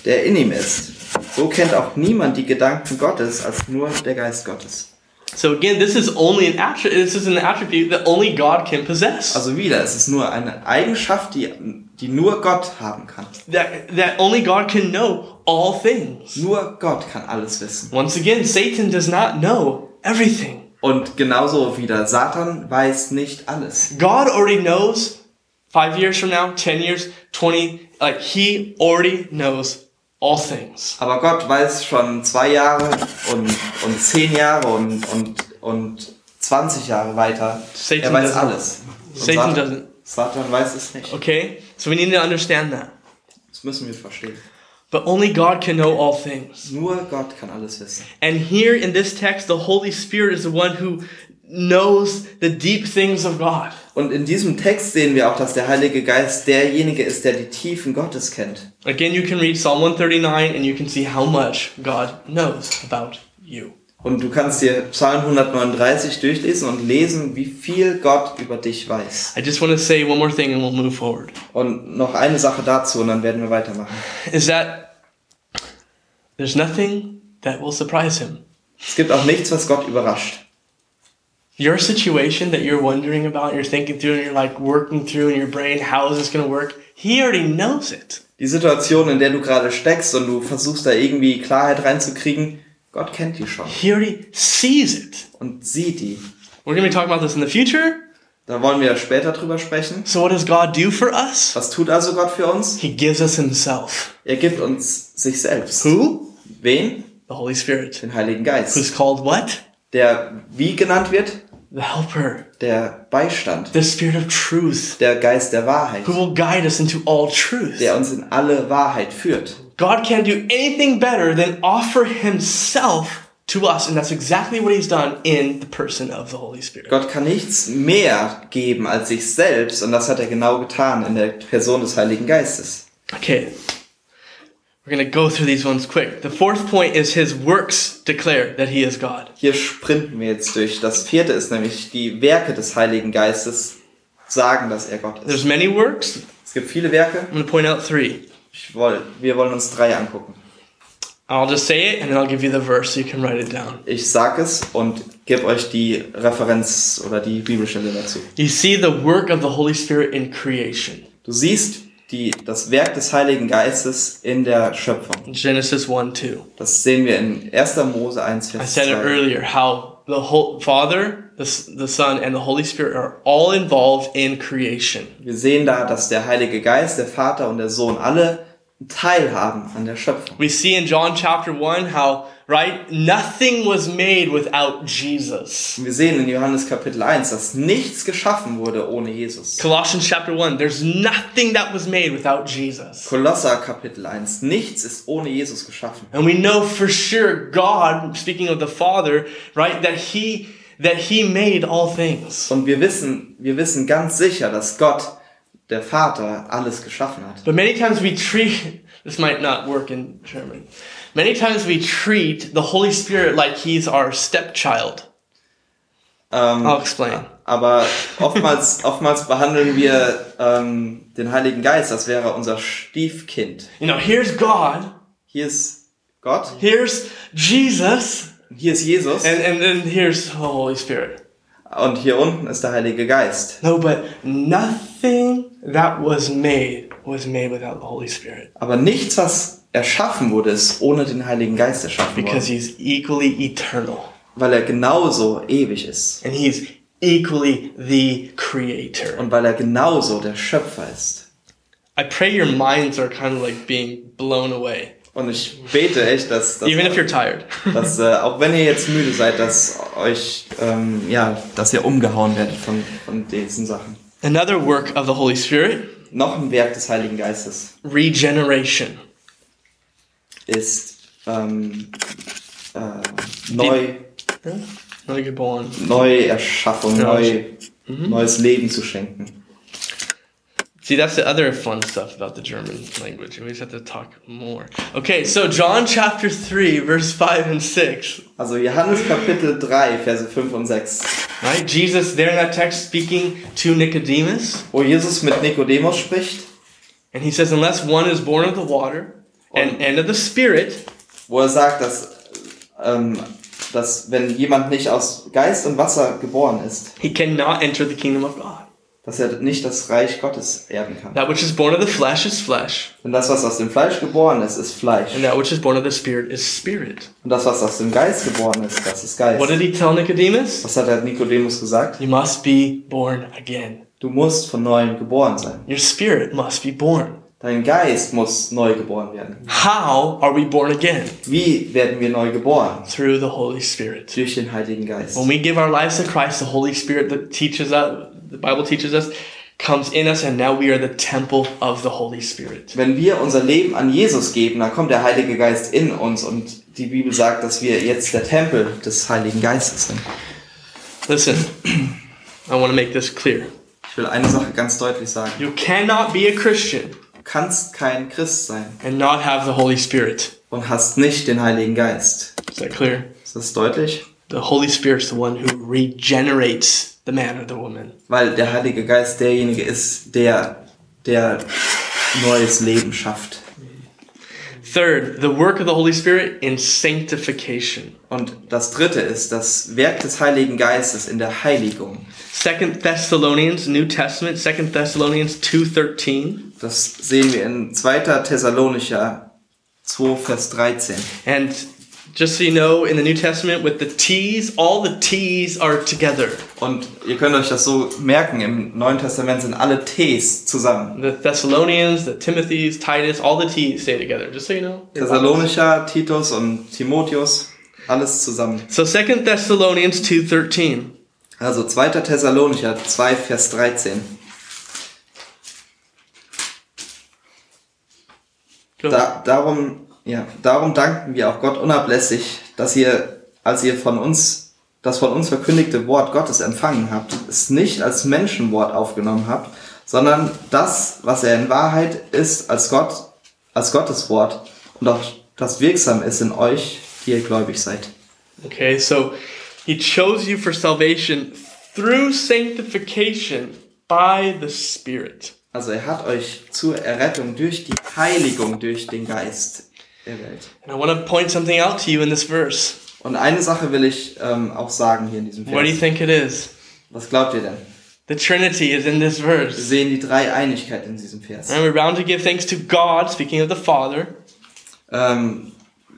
Speaker 3: der in ihm ist? So kennt auch niemand die Gedanken Gottes als nur der Geist Gottes.
Speaker 2: So again, this is only an attri- this is an attribute that only God can possess.
Speaker 3: Also wieder, es ist nur eine Eigenschaft, die, die nur Gott haben kann.
Speaker 2: That that only God can know all things.
Speaker 3: Nur Gott kann alles wissen.
Speaker 2: Once again, Satan does not know everything.
Speaker 3: Und genauso wieder, Satan weiß nicht alles.
Speaker 2: God already knows five years from now, 10 years, 20, like he already knows all things.
Speaker 3: Aber Gott weiß schon zwei Jahre und, und zehn Jahre und, und, und 20 Jahre weiter.
Speaker 2: Satan
Speaker 3: er weiß
Speaker 2: doesn't.
Speaker 3: alles. Und
Speaker 2: Satan
Speaker 3: Satan,
Speaker 2: doesn't.
Speaker 3: Satan weiß es nicht.
Speaker 2: Okay? So we need to understand that.
Speaker 3: Das müssen wir verstehen.
Speaker 2: But only God can know all things.
Speaker 3: Nur Gott kann alles wissen.
Speaker 2: And here in this text, the Holy Spirit is the one who knows the deep things of God.
Speaker 3: Und in diesem Text sehen wir auch, dass der Heilige Geist derjenige ist, der die Tiefen Gottes kennt.
Speaker 2: Again, you can read Psalm 139 and you can see how much God knows about you.
Speaker 3: Und du kannst dir Psalm 139 durchlesen und lesen, wie viel Gott über dich weiß.
Speaker 2: I just want to say one more thing and we'll move forward.
Speaker 3: Und noch eine Sache dazu und dann werden wir weitermachen.
Speaker 2: Is that there's nothing that will surprise him.
Speaker 3: Es gibt auch nichts, was Gott überrascht.
Speaker 2: Your situation that you're wondering about, you're thinking through, and you're like working through in your brain, how is this going to work? He already knows it.
Speaker 3: Die Situation, in der du gerade steckst und du versuchst da irgendwie Klarheit reinzukriegen, Gott kennt die schon
Speaker 2: He already sees it.
Speaker 3: und sieht die.
Speaker 2: We're going to be talking about this in the future.
Speaker 3: Da wollen wir später drüber sprechen.
Speaker 2: So, what does God do for us?
Speaker 3: Was tut also Gott für uns?
Speaker 2: He gives us Himself.
Speaker 3: Er gibt uns sich selbst.
Speaker 2: Who?
Speaker 3: Wen?
Speaker 2: The Holy Spirit.
Speaker 3: Den Heiligen Geist.
Speaker 2: Who's called what?
Speaker 3: Der wie genannt wird?
Speaker 2: The Helper.
Speaker 3: Der Beistand.
Speaker 2: The Spirit of Truth.
Speaker 3: Der Geist der Wahrheit.
Speaker 2: Who will guide us into all truth.
Speaker 3: Der uns in alle Wahrheit führt.
Speaker 2: God can't do anything better than offer Himself to us, and that's exactly what He's done in the person of the Holy Spirit.
Speaker 3: Gott kann nichts mehr geben als sich selbst und das hat er genau getan in der Person des Heiligen Geistes.
Speaker 2: Okay. We're going to go through these ones quick. The fourth point is His works declare that He is God.
Speaker 3: Hier sprinten wir jetzt durch. Das vierte ist nämlich, die Werke des Heiligen Geistes sagen, dass er Gott ist.
Speaker 2: There's many works.
Speaker 3: Es gibt viele Werke.
Speaker 2: I'm going to point out three.
Speaker 3: Ich woll, wir wollen uns drei angucken.
Speaker 2: I'll just say it, and then I'll give you the verse so you can write it down.
Speaker 3: Ich sag es und gebe euch die Referenz oder die Bibelstelle dazu.
Speaker 2: You see the work of the Holy Spirit in creation.
Speaker 3: Du siehst die, das Werk des Heiligen Geistes in der Schöpfung.
Speaker 2: Genesis 1 2.
Speaker 3: Das sehen wir in 1. Mose 1,
Speaker 2: I
Speaker 3: Vers
Speaker 2: said it
Speaker 3: 2.
Speaker 2: earlier how the whole Father, the, S- the Son, and the Holy Spirit are all involved in creation.
Speaker 3: Wir sehen da, dass der Heilige Geist, der Vater und der Sohn alle teilhaben an der Schöpfung.
Speaker 2: We see in John chapter 1 how, right, nothing was made without Jesus.
Speaker 3: Wir sehen in Johannes Kapitel 1, dass nichts geschaffen wurde ohne Jesus.
Speaker 2: Colossians chapter 1, there's nothing that was made without Jesus.
Speaker 3: Kolosser Kapitel 1, nichts ist ohne Jesus geschaffen.
Speaker 2: And we know for sure God, speaking of the Father, right, that he that he made all things.
Speaker 3: Und wir wissen, wir wissen ganz sicher, dass Gott, der Vater, alles geschaffen hat.
Speaker 2: But many times we treat, [LAUGHS] this might not work in German. Many times we treat the Holy Spirit like he's our stepchild.
Speaker 3: Ähm,
Speaker 2: I'll explain.
Speaker 3: Aber oftmals, oftmals behandeln wir ähm, den Heiligen Geist, als wäre er unser Stiefkind.
Speaker 2: You know, here's God,
Speaker 3: Hier ist Gott,
Speaker 2: here's Jesus,
Speaker 3: hier ist Jesus
Speaker 2: and, and then here's the Holy Spirit.
Speaker 3: und hier unten ist der Heilige Geist.
Speaker 2: No, but nothing that was made was made without the Holy Spirit
Speaker 3: Aber nichts, was erschaffen wurde, ist ohne den Heiligen Geist erschaffen
Speaker 2: because
Speaker 3: worden,
Speaker 2: he's equally eternal
Speaker 3: weil er genauso ewig ist
Speaker 2: and he's equally the creator.
Speaker 3: und weil er genauso der Schöpfer ist.
Speaker 2: I pray your minds are kind of like being blown away,
Speaker 3: Und ich bete echt, dass, dass,
Speaker 2: even if you're tired.
Speaker 3: dass äh, auch wenn ihr jetzt müde seid, dass euch ähm, ja, dass ihr umgehauen werdet von, von diesen Sachen.
Speaker 2: [LAUGHS] Another work of the Holy Spirit,
Speaker 3: Noch ein Werk des Heiligen Geistes.
Speaker 2: regeneration.
Speaker 3: ist ähm, äh, neu,
Speaker 2: Neugeborn.
Speaker 3: Neuerschaffung,
Speaker 2: Ja. Mhm.
Speaker 3: neu, neues Leben zu schenken.
Speaker 2: See, that's the other fun stuff about the German language. We just have to talk more. Okay, so John chapter 3, verse 5 and 6.
Speaker 3: Also Johannes Kapitel 3, Verse 5 und 6,
Speaker 2: Right? Jesus, there in that text, speaking to Nicodemus.
Speaker 3: wo Jesus mit Nikodemus spricht,
Speaker 2: And he says, Unless one is born of the water and, and of the Spirit,
Speaker 3: wo er sagt, dass, ähm, dass wenn jemand nicht aus Geist und Wasser geboren ist,
Speaker 2: he cannot enter the kingdom of God.
Speaker 3: dass er nicht das Reich Gottes erben kann.
Speaker 2: That which is born of the flesh is flesh,
Speaker 3: Denn das, was aus dem Fleisch geboren ist, ist Fleisch.
Speaker 2: and that which is born of the spirit is spirit.
Speaker 3: Und das, was aus dem Geist geboren ist, das ist Geist.
Speaker 2: What did he tell Nicodemus?
Speaker 3: Was hat der Nikodemus gesagt?
Speaker 2: You must be born again.
Speaker 3: Du musst von neuem geboren sein.
Speaker 2: Your spirit must be born.
Speaker 3: Dein Geist muss neu geboren werden.
Speaker 2: How are we born again?
Speaker 3: Wie werden wir neu geboren?
Speaker 2: Through the Holy Spirit.
Speaker 3: Durch den Heiligen Geist.
Speaker 2: When we give our lives to Christ, the Holy Spirit that teaches us, the Bible teaches us, comes in us, and now we are the temple of the Holy Spirit.
Speaker 3: Wenn wir unser Leben an Jesus geben, dann kommt der Heilige Geist in uns und die Bibel sagt, dass wir jetzt der Tempel des Heiligen Geistes sind.
Speaker 2: Listen, [CLEARS THROAT] I want to make this clear.
Speaker 3: Ich will eine Sache ganz deutlich sagen.
Speaker 2: You cannot be a Christian
Speaker 3: Du kannst kein Christ sein
Speaker 2: and not have the Holy Spirit.
Speaker 3: und hast nicht den Heiligen Geist.
Speaker 2: Is that clear?
Speaker 3: Ist das deutlich?
Speaker 2: The Holy Spirit's the one who regenerates the man or the woman.
Speaker 3: Weil der Heilige Geist derjenige ist, der, der neues Leben schafft.
Speaker 2: Third, the work of the Holy Spirit in sanctification.
Speaker 3: Und das dritte ist das Werk des Heiligen Geistes in der Heiligung.
Speaker 2: Second Thessalonians, New Testament, Second Thessalonians 2:13.
Speaker 3: Das sehen wir in 2. Thessalonicher 2, Vers 13.
Speaker 2: And just so you know, in the New Testament with the T's, all the T's are together.
Speaker 3: Und ihr könnt euch das so merken, im Neuen Testament sind alle Ts zusammen.
Speaker 2: The Thessalonians, the Timothy's, Titus, all the T's stay together. Just so you know.
Speaker 3: Thessalonischer, Titus und Timotheus, alles zusammen.
Speaker 2: So Second Thessalonians 2:13.
Speaker 3: Also 2. Thessalonicher 2, Vers 13.
Speaker 2: Go
Speaker 3: Da, darum, ja, darum danken wir auch Gott unablässig, dass ihr, als ihr von uns, das von uns verkündigte Wort Gottes empfangen habt, es nicht als Menschenwort aufgenommen habt, sondern das, was er in Wahrheit ist, als Gott, als Gottes Wort und auch das wirksam ist in euch, die ihr gläubig seid.
Speaker 2: Okay, so he chose you for salvation through sanctification by the Spirit.
Speaker 3: Also er hat euch zur Errettung durch die Heiligung durch den Geist erwählt.
Speaker 2: And I want to point something out to you in this verse.
Speaker 3: Und eine Sache will ich ähm, auch sagen hier in diesem
Speaker 2: What do you
Speaker 3: Vers.
Speaker 2: think it is?
Speaker 3: Was glaubt ihr denn?
Speaker 2: The Trinity is in this
Speaker 3: Wir
Speaker 2: verse.
Speaker 3: sehen die Dreieinigkeit in diesem Vers.
Speaker 2: And we're bound to give thanks to God, speaking of the Father.
Speaker 3: ähm,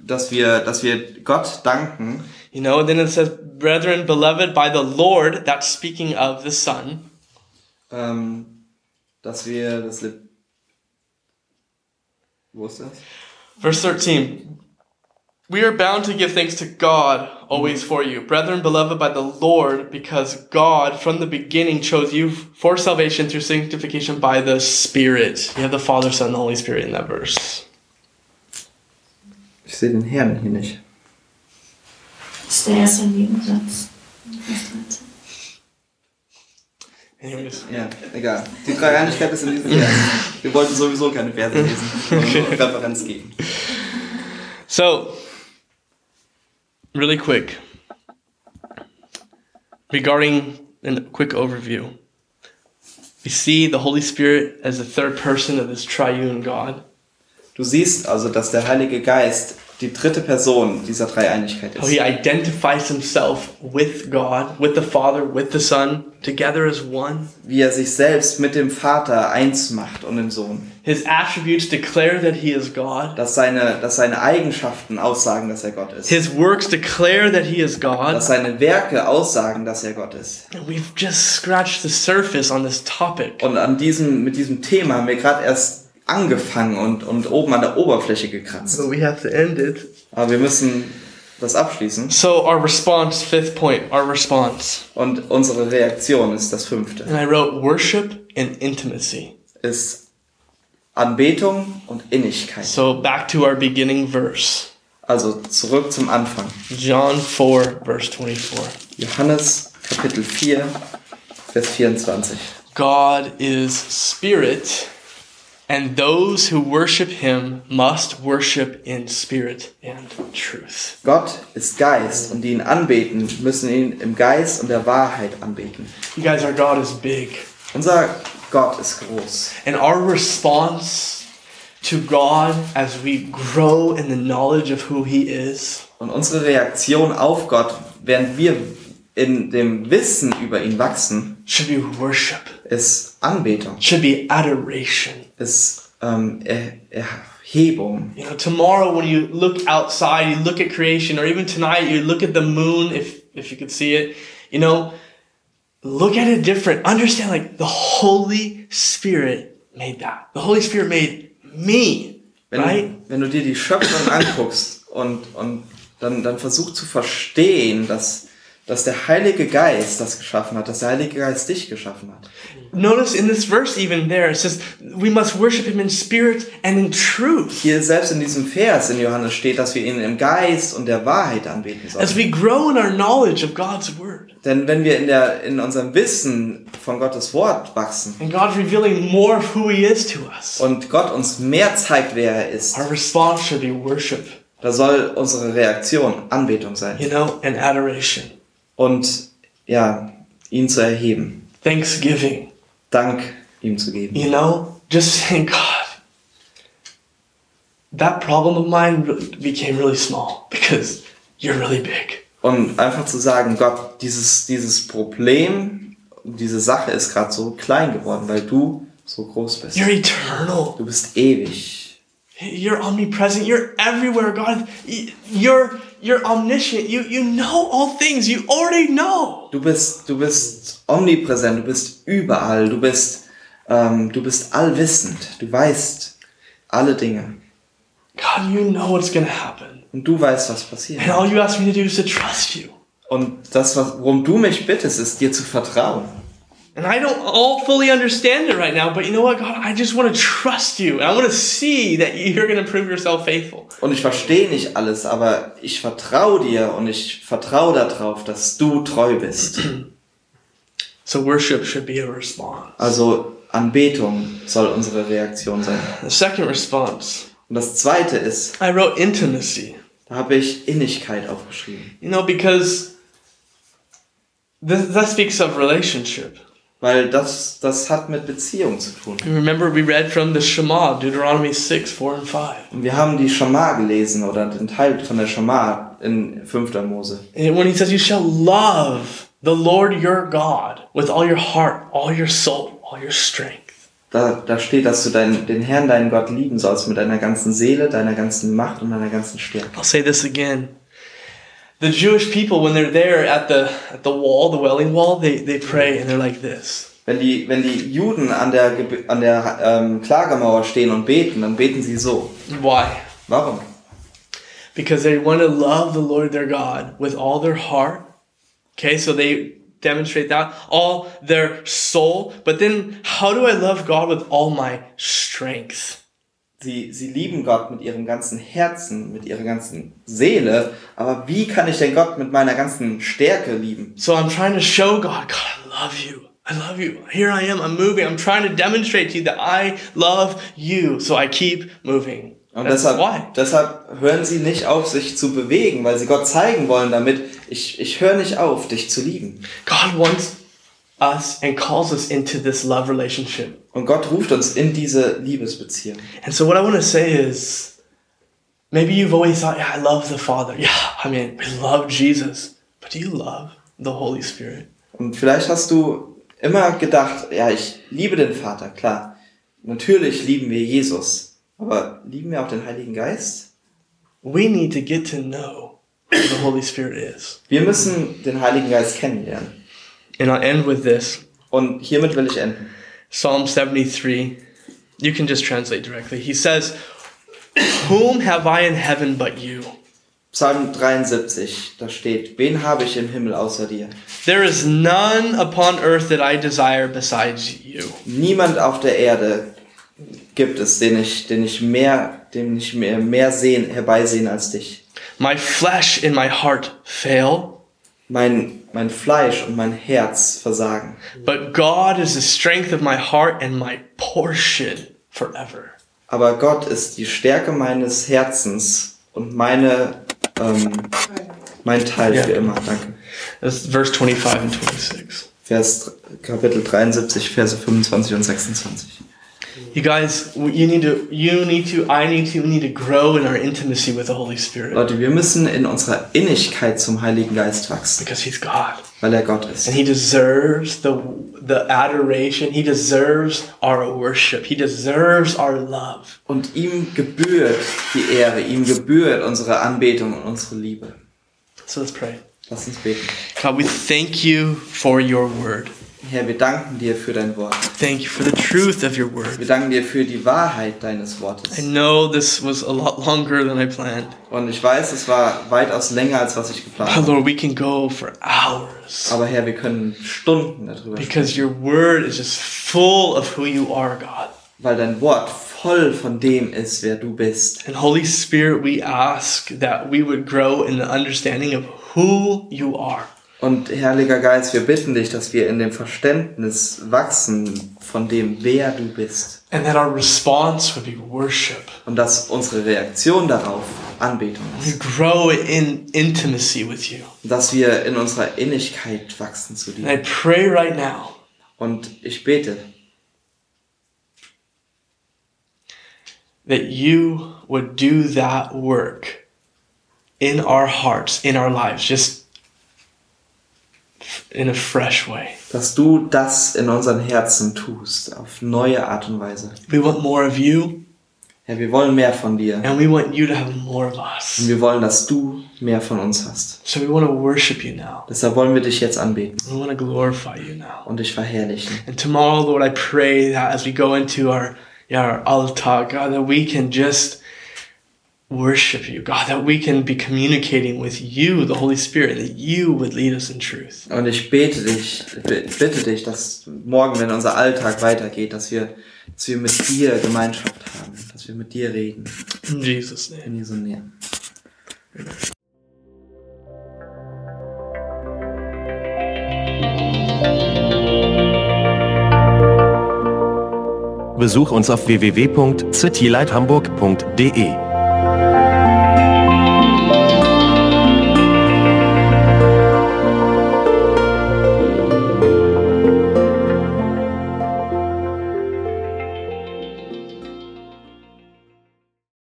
Speaker 3: dass wir, dass wir Gott danken.
Speaker 2: You know, and then it says, Brethren, beloved by the Lord, that's speaking of the Son.
Speaker 3: Ähm, dass wir das Leb Wo ist das?
Speaker 2: Verse 13. We are bound to give thanks to God always for you, brethren beloved by the Lord, because God from the beginning chose you for salvation through sanctification by the Spirit. You have the Father, Son, and the Holy Spirit in that verse.
Speaker 3: Ich sehe den Herrn hier nicht.
Speaker 4: ist der erste Nebensatz. Das dritte.
Speaker 2: Anyways,
Speaker 3: Ja, egal. Die Dreieinigkeit ist in diesem Vers. Wir wollten sowieso keine Verse lesen, [LAUGHS] sondern nur Referenz geben.
Speaker 2: so really quick regarding a quick overview. We see the Holy Spirit as the third person of this triune God.
Speaker 3: Du siehst also, dass der Heilige Geist die dritte Person dieser Dreieinigkeit
Speaker 2: how he
Speaker 3: ist.
Speaker 2: identifies himself with God, with the Father, with the Son, together as one.
Speaker 3: Wie er sich selbst mit dem Vater eins macht und dem Sohn.
Speaker 2: His attributes declare that he is God.
Speaker 3: Dass seine, dass seine Eigenschaften aussagen, dass er Gott ist.
Speaker 2: His works declare that he is God.
Speaker 3: dass seine Werke aussagen, dass er Gott ist.
Speaker 2: And we've just scratched the surface on this topic.
Speaker 3: Und an diesem, mit diesem Thema haben wir gerade erst angefangen und, und oben an der Oberfläche gekratzt.
Speaker 2: So we have to end it.
Speaker 3: Aber wir müssen das abschließen.
Speaker 2: So our response, fifth point, our response.
Speaker 3: Und unsere Reaktion ist das fünfte.
Speaker 2: And I wrote worship and intimacy.
Speaker 3: Ist Anbetung und Innigkeit.
Speaker 2: So back to our beginning verse.
Speaker 3: Also zurück zum Anfang.
Speaker 2: John 4, verse 24.
Speaker 3: Johannes Kapitel 4, Vers 24.
Speaker 2: God is spirit, and those who worship him must worship in spirit and truth.
Speaker 3: Gott ist Geist und die ihn anbeten, müssen ihn im Geist und der Wahrheit anbeten.
Speaker 2: You guys, our God is big,
Speaker 3: Unser Gott ist groß.
Speaker 2: and our response to God as we grow in the knowledge of who he is
Speaker 3: Und unsere Reaktion auf Gott, während wir in dem Wissen über ihn wachsen,
Speaker 2: should be worship,
Speaker 3: ist Anbetung,
Speaker 2: should be adoration.
Speaker 3: ist ähm, Er- Erhebung.
Speaker 2: You know, tomorrow when you look outside, you look at creation, or even tonight you look at the moon, if if you could see it, you know, look at it different. Understand like the Holy Spirit made that. The Holy Spirit made me.
Speaker 3: Wenn,
Speaker 2: right?
Speaker 3: du, wenn du dir die Schöpfung anguckst und, und dann, dann versuch zu verstehen, dass, dass der Heilige Geist das geschaffen hat, dass der Heilige Geist dich geschaffen hat.
Speaker 2: Notice in this verse even there, it says we must worship him in spirit and in truth.
Speaker 3: Hier selbst in diesem Vers in Johannes steht, dass wir ihn im Geist und der Wahrheit anbeten sollen.
Speaker 2: As we grow in our knowledge of God's word
Speaker 3: Denn wenn wir in, der, in unserem Wissen von Gottes Wort wachsen
Speaker 2: and God revealing more of who he is to us,
Speaker 3: und Gott uns mehr zeigt, wer er ist,
Speaker 2: our response should be worship,
Speaker 3: da soll unsere Reaktion Anbetung sein
Speaker 2: you know, and adoration.
Speaker 3: und ja, ihn zu erheben,
Speaker 2: thanksgiving.
Speaker 3: Dank ihm zu geben.
Speaker 2: You know, just [LAUGHS] saying, God, that problem of mine really became really small because you're really big.
Speaker 3: Und einfach zu sagen, Gott, dieses, dieses Problem, diese Sache ist gerade so klein geworden, weil du so groß bist.
Speaker 2: You're eternal.
Speaker 3: Du bist ewig.
Speaker 2: You're omnipresent. You're everywhere, God. Y- You're you're omniscient. You you know all things. You already know.
Speaker 3: Du bist, du bist omnipräsent, du bist überall, du bist, ähm, du bist allwissend, du weißt alle Dinge
Speaker 2: God, you know what's gonna happen.
Speaker 3: und du weißt, was passiert.
Speaker 2: And all you ask me to do is to trust you.
Speaker 3: Und das, was- worum du mich bittest, ist dir zu vertrauen.
Speaker 2: And I don't all fully understand it right now, but you know what, God? I just want to trust you. And I want to see that you're going to prove yourself faithful.
Speaker 3: Und ich verstehe nicht alles, aber ich vertraue dir und ich vertraue darauf, dass du treu bist.
Speaker 2: So worship should be a response.
Speaker 3: Also Anbetung soll unsere Reaktion sein.
Speaker 2: The second response,
Speaker 3: Und das zweite ist,
Speaker 2: I wrote intimacy.
Speaker 3: da habe ich Innigkeit aufgeschrieben.
Speaker 2: You know, because this, that speaks of relationship.
Speaker 3: Weil das, das hat mit Beziehung zu tun.
Speaker 2: You Remember, we read from the Shema, Deuteronomy 6, 4, and 5.
Speaker 3: Und wir haben die Schama gelesen oder den Teil von der Schama in 5. Mose.
Speaker 2: And when he says, You shall love the Lord your God with all your heart, all your soul, all your strength.
Speaker 3: Da, da steht, dass du deinen, den Herrn, deinen Gott lieben sollst mit deiner ganzen Seele, deiner ganzen Macht und deiner ganzen Stärke.
Speaker 2: I'll say this again. The Jewish people, when they're there at the, at the wall, the welling wall, they, they pray and they're like this.
Speaker 3: Wenn die, wenn die Juden an der, Gebe- an der ähm, Klagemauer stehen und beten, dann beten sie so.
Speaker 2: Why?
Speaker 3: Warum?
Speaker 2: because they want to love the Lord their God with all their heart. Okay, so they demonstrate that all their soul. But then, how do I love God with all my strength?
Speaker 3: Sie, sie lieben Gott mit ihrem ganzen Herzen, mit ihrer ganzen Seele. Aber wie kann ich denn Gott mit meiner ganzen Stärke lieben?
Speaker 2: So I'm trying to show God, God, I love you. I love you. Here I am. I'm moving. I'm trying to demonstrate to you that I love you. So I keep moving.
Speaker 3: Und
Speaker 2: That's why.
Speaker 3: deshalb, deshalb hören sie nicht auf, sich zu bewegen, weil sie Gott zeigen wollen damit, ich, ich höre nicht auf, dich zu lieben.
Speaker 2: God wants us and calls us into this love relationship.
Speaker 3: Und Gott ruft uns in diese Liebesbeziehung.
Speaker 2: And so what I want to say is maybe you've always thought, yeah, I love the Father. Yeah, I mean, we love Jesus. But do you love the Holy Spirit?
Speaker 3: Und vielleicht hast du immer gedacht, ja, ich liebe den Vater, klar. Natürlich lieben wir Jesus. Aber lieben wir auch den Heiligen Geist?
Speaker 2: We need to get to know who the Holy Spirit is.
Speaker 3: Wir müssen den Heiligen Geist kennenlernen.
Speaker 2: And I'll end with this
Speaker 3: Und hiermit will ich enden.
Speaker 2: Psalm 73. You can just translate directly. He says, Whom have I in heaven but you?
Speaker 3: Psalm 73, da steht, wen habe ich im Himmel außer dir?
Speaker 2: There is none upon earth that I desire besides you.
Speaker 3: Niemand auf der Erde gibt es, den ich, den ich mehr, den ich mehr, mehr sehen, herbeisehen als dich.
Speaker 2: My flesh and my heart fail,
Speaker 3: Mein, mein Fleisch und mein Herz versagen.
Speaker 2: But God is the strength of my heart and my portion forever.
Speaker 3: Aber Gott ist die Stärke meines Herzens und meine, ähm, mein Teil
Speaker 2: Ja.
Speaker 3: für immer. Danke.
Speaker 2: That's verse 25 and 26.
Speaker 3: Vers, Kapitel 73, Verse 25 und 26.
Speaker 2: You guys, you need to, you need to, I need to, we need to grow in our intimacy with the Holy Spirit
Speaker 3: Leute, wir müssen in unserer Innigkeit zum Heiligen Geist wachsen,
Speaker 2: because He's God
Speaker 3: weil er Gott ist.
Speaker 2: and He deserves the, the adoration. He deserves our worship. He deserves our love.
Speaker 3: Und ihm gebührt die Ehre, ihm gebührt unsere Anbetung und unsere Liebe.
Speaker 2: So let's pray.
Speaker 3: Lass uns beten.
Speaker 2: God, we thank you for your word.
Speaker 3: Herr, wir danken dir für dein Wort.
Speaker 2: Thank you for the truth of your
Speaker 3: Wir
Speaker 2: word.
Speaker 3: danken dir für die Wahrheit deines
Speaker 2: I
Speaker 3: Wortes.
Speaker 2: know this was a lot longer than I planned.
Speaker 3: Und ich weiß, es war weitaus länger, als was ich geplant
Speaker 2: But
Speaker 3: habe.
Speaker 2: Oh, Lord, we can go for hours
Speaker 3: Aber Herr, wir können Stunden darüber sprechen,
Speaker 2: because your word is just full of who you are, God.
Speaker 3: weil dein Wort voll von dem ist, wer du bist.
Speaker 2: And Holy Spirit, we ask that we would grow in the understanding of who you are.
Speaker 3: Und Herrlicher Geist, wir bitten dich, dass wir in dem Verständnis wachsen von dem, wer du bist.
Speaker 2: And that our response would be worship.
Speaker 3: Und dass unsere Reaktion darauf Anbetung ist.
Speaker 2: We grow in intimacy with you.
Speaker 3: dass wir in unserer Innigkeit wachsen zu
Speaker 2: And I
Speaker 3: dir.
Speaker 2: pray right now
Speaker 3: Und ich bete,
Speaker 2: that you would do that work in our hearts, in our lives, just in a fresh way.
Speaker 3: dass du das in unseren Herzen tust, auf neue Art und Weise.
Speaker 2: We want more of you,
Speaker 3: Herr, wir wollen mehr von dir.
Speaker 2: and we want you to have more of
Speaker 3: Und
Speaker 2: us.
Speaker 3: wir wollen, dass du mehr von uns hast.
Speaker 2: So we want to worship you now.
Speaker 3: Deshalb wollen wir dich jetzt anbeten
Speaker 2: We want to glorify you now.
Speaker 3: und dich verherrlichen.
Speaker 2: And tomorrow, Lord, I pray that as we go into our, our altar, God, that we can just worship you, God, that we can be communicating with you, the Holy Spirit, that you would lead us in truth.
Speaker 3: Und ich bete dich, b- bitte dich, dass morgen, wenn unser Alltag weitergeht, dass wir, dass wir mit dir Gemeinschaft haben, dass wir mit dir reden.
Speaker 2: In Jesus' name.
Speaker 3: In Jesu Namen.
Speaker 1: Besuch uns auf www.citylighthamburg.de.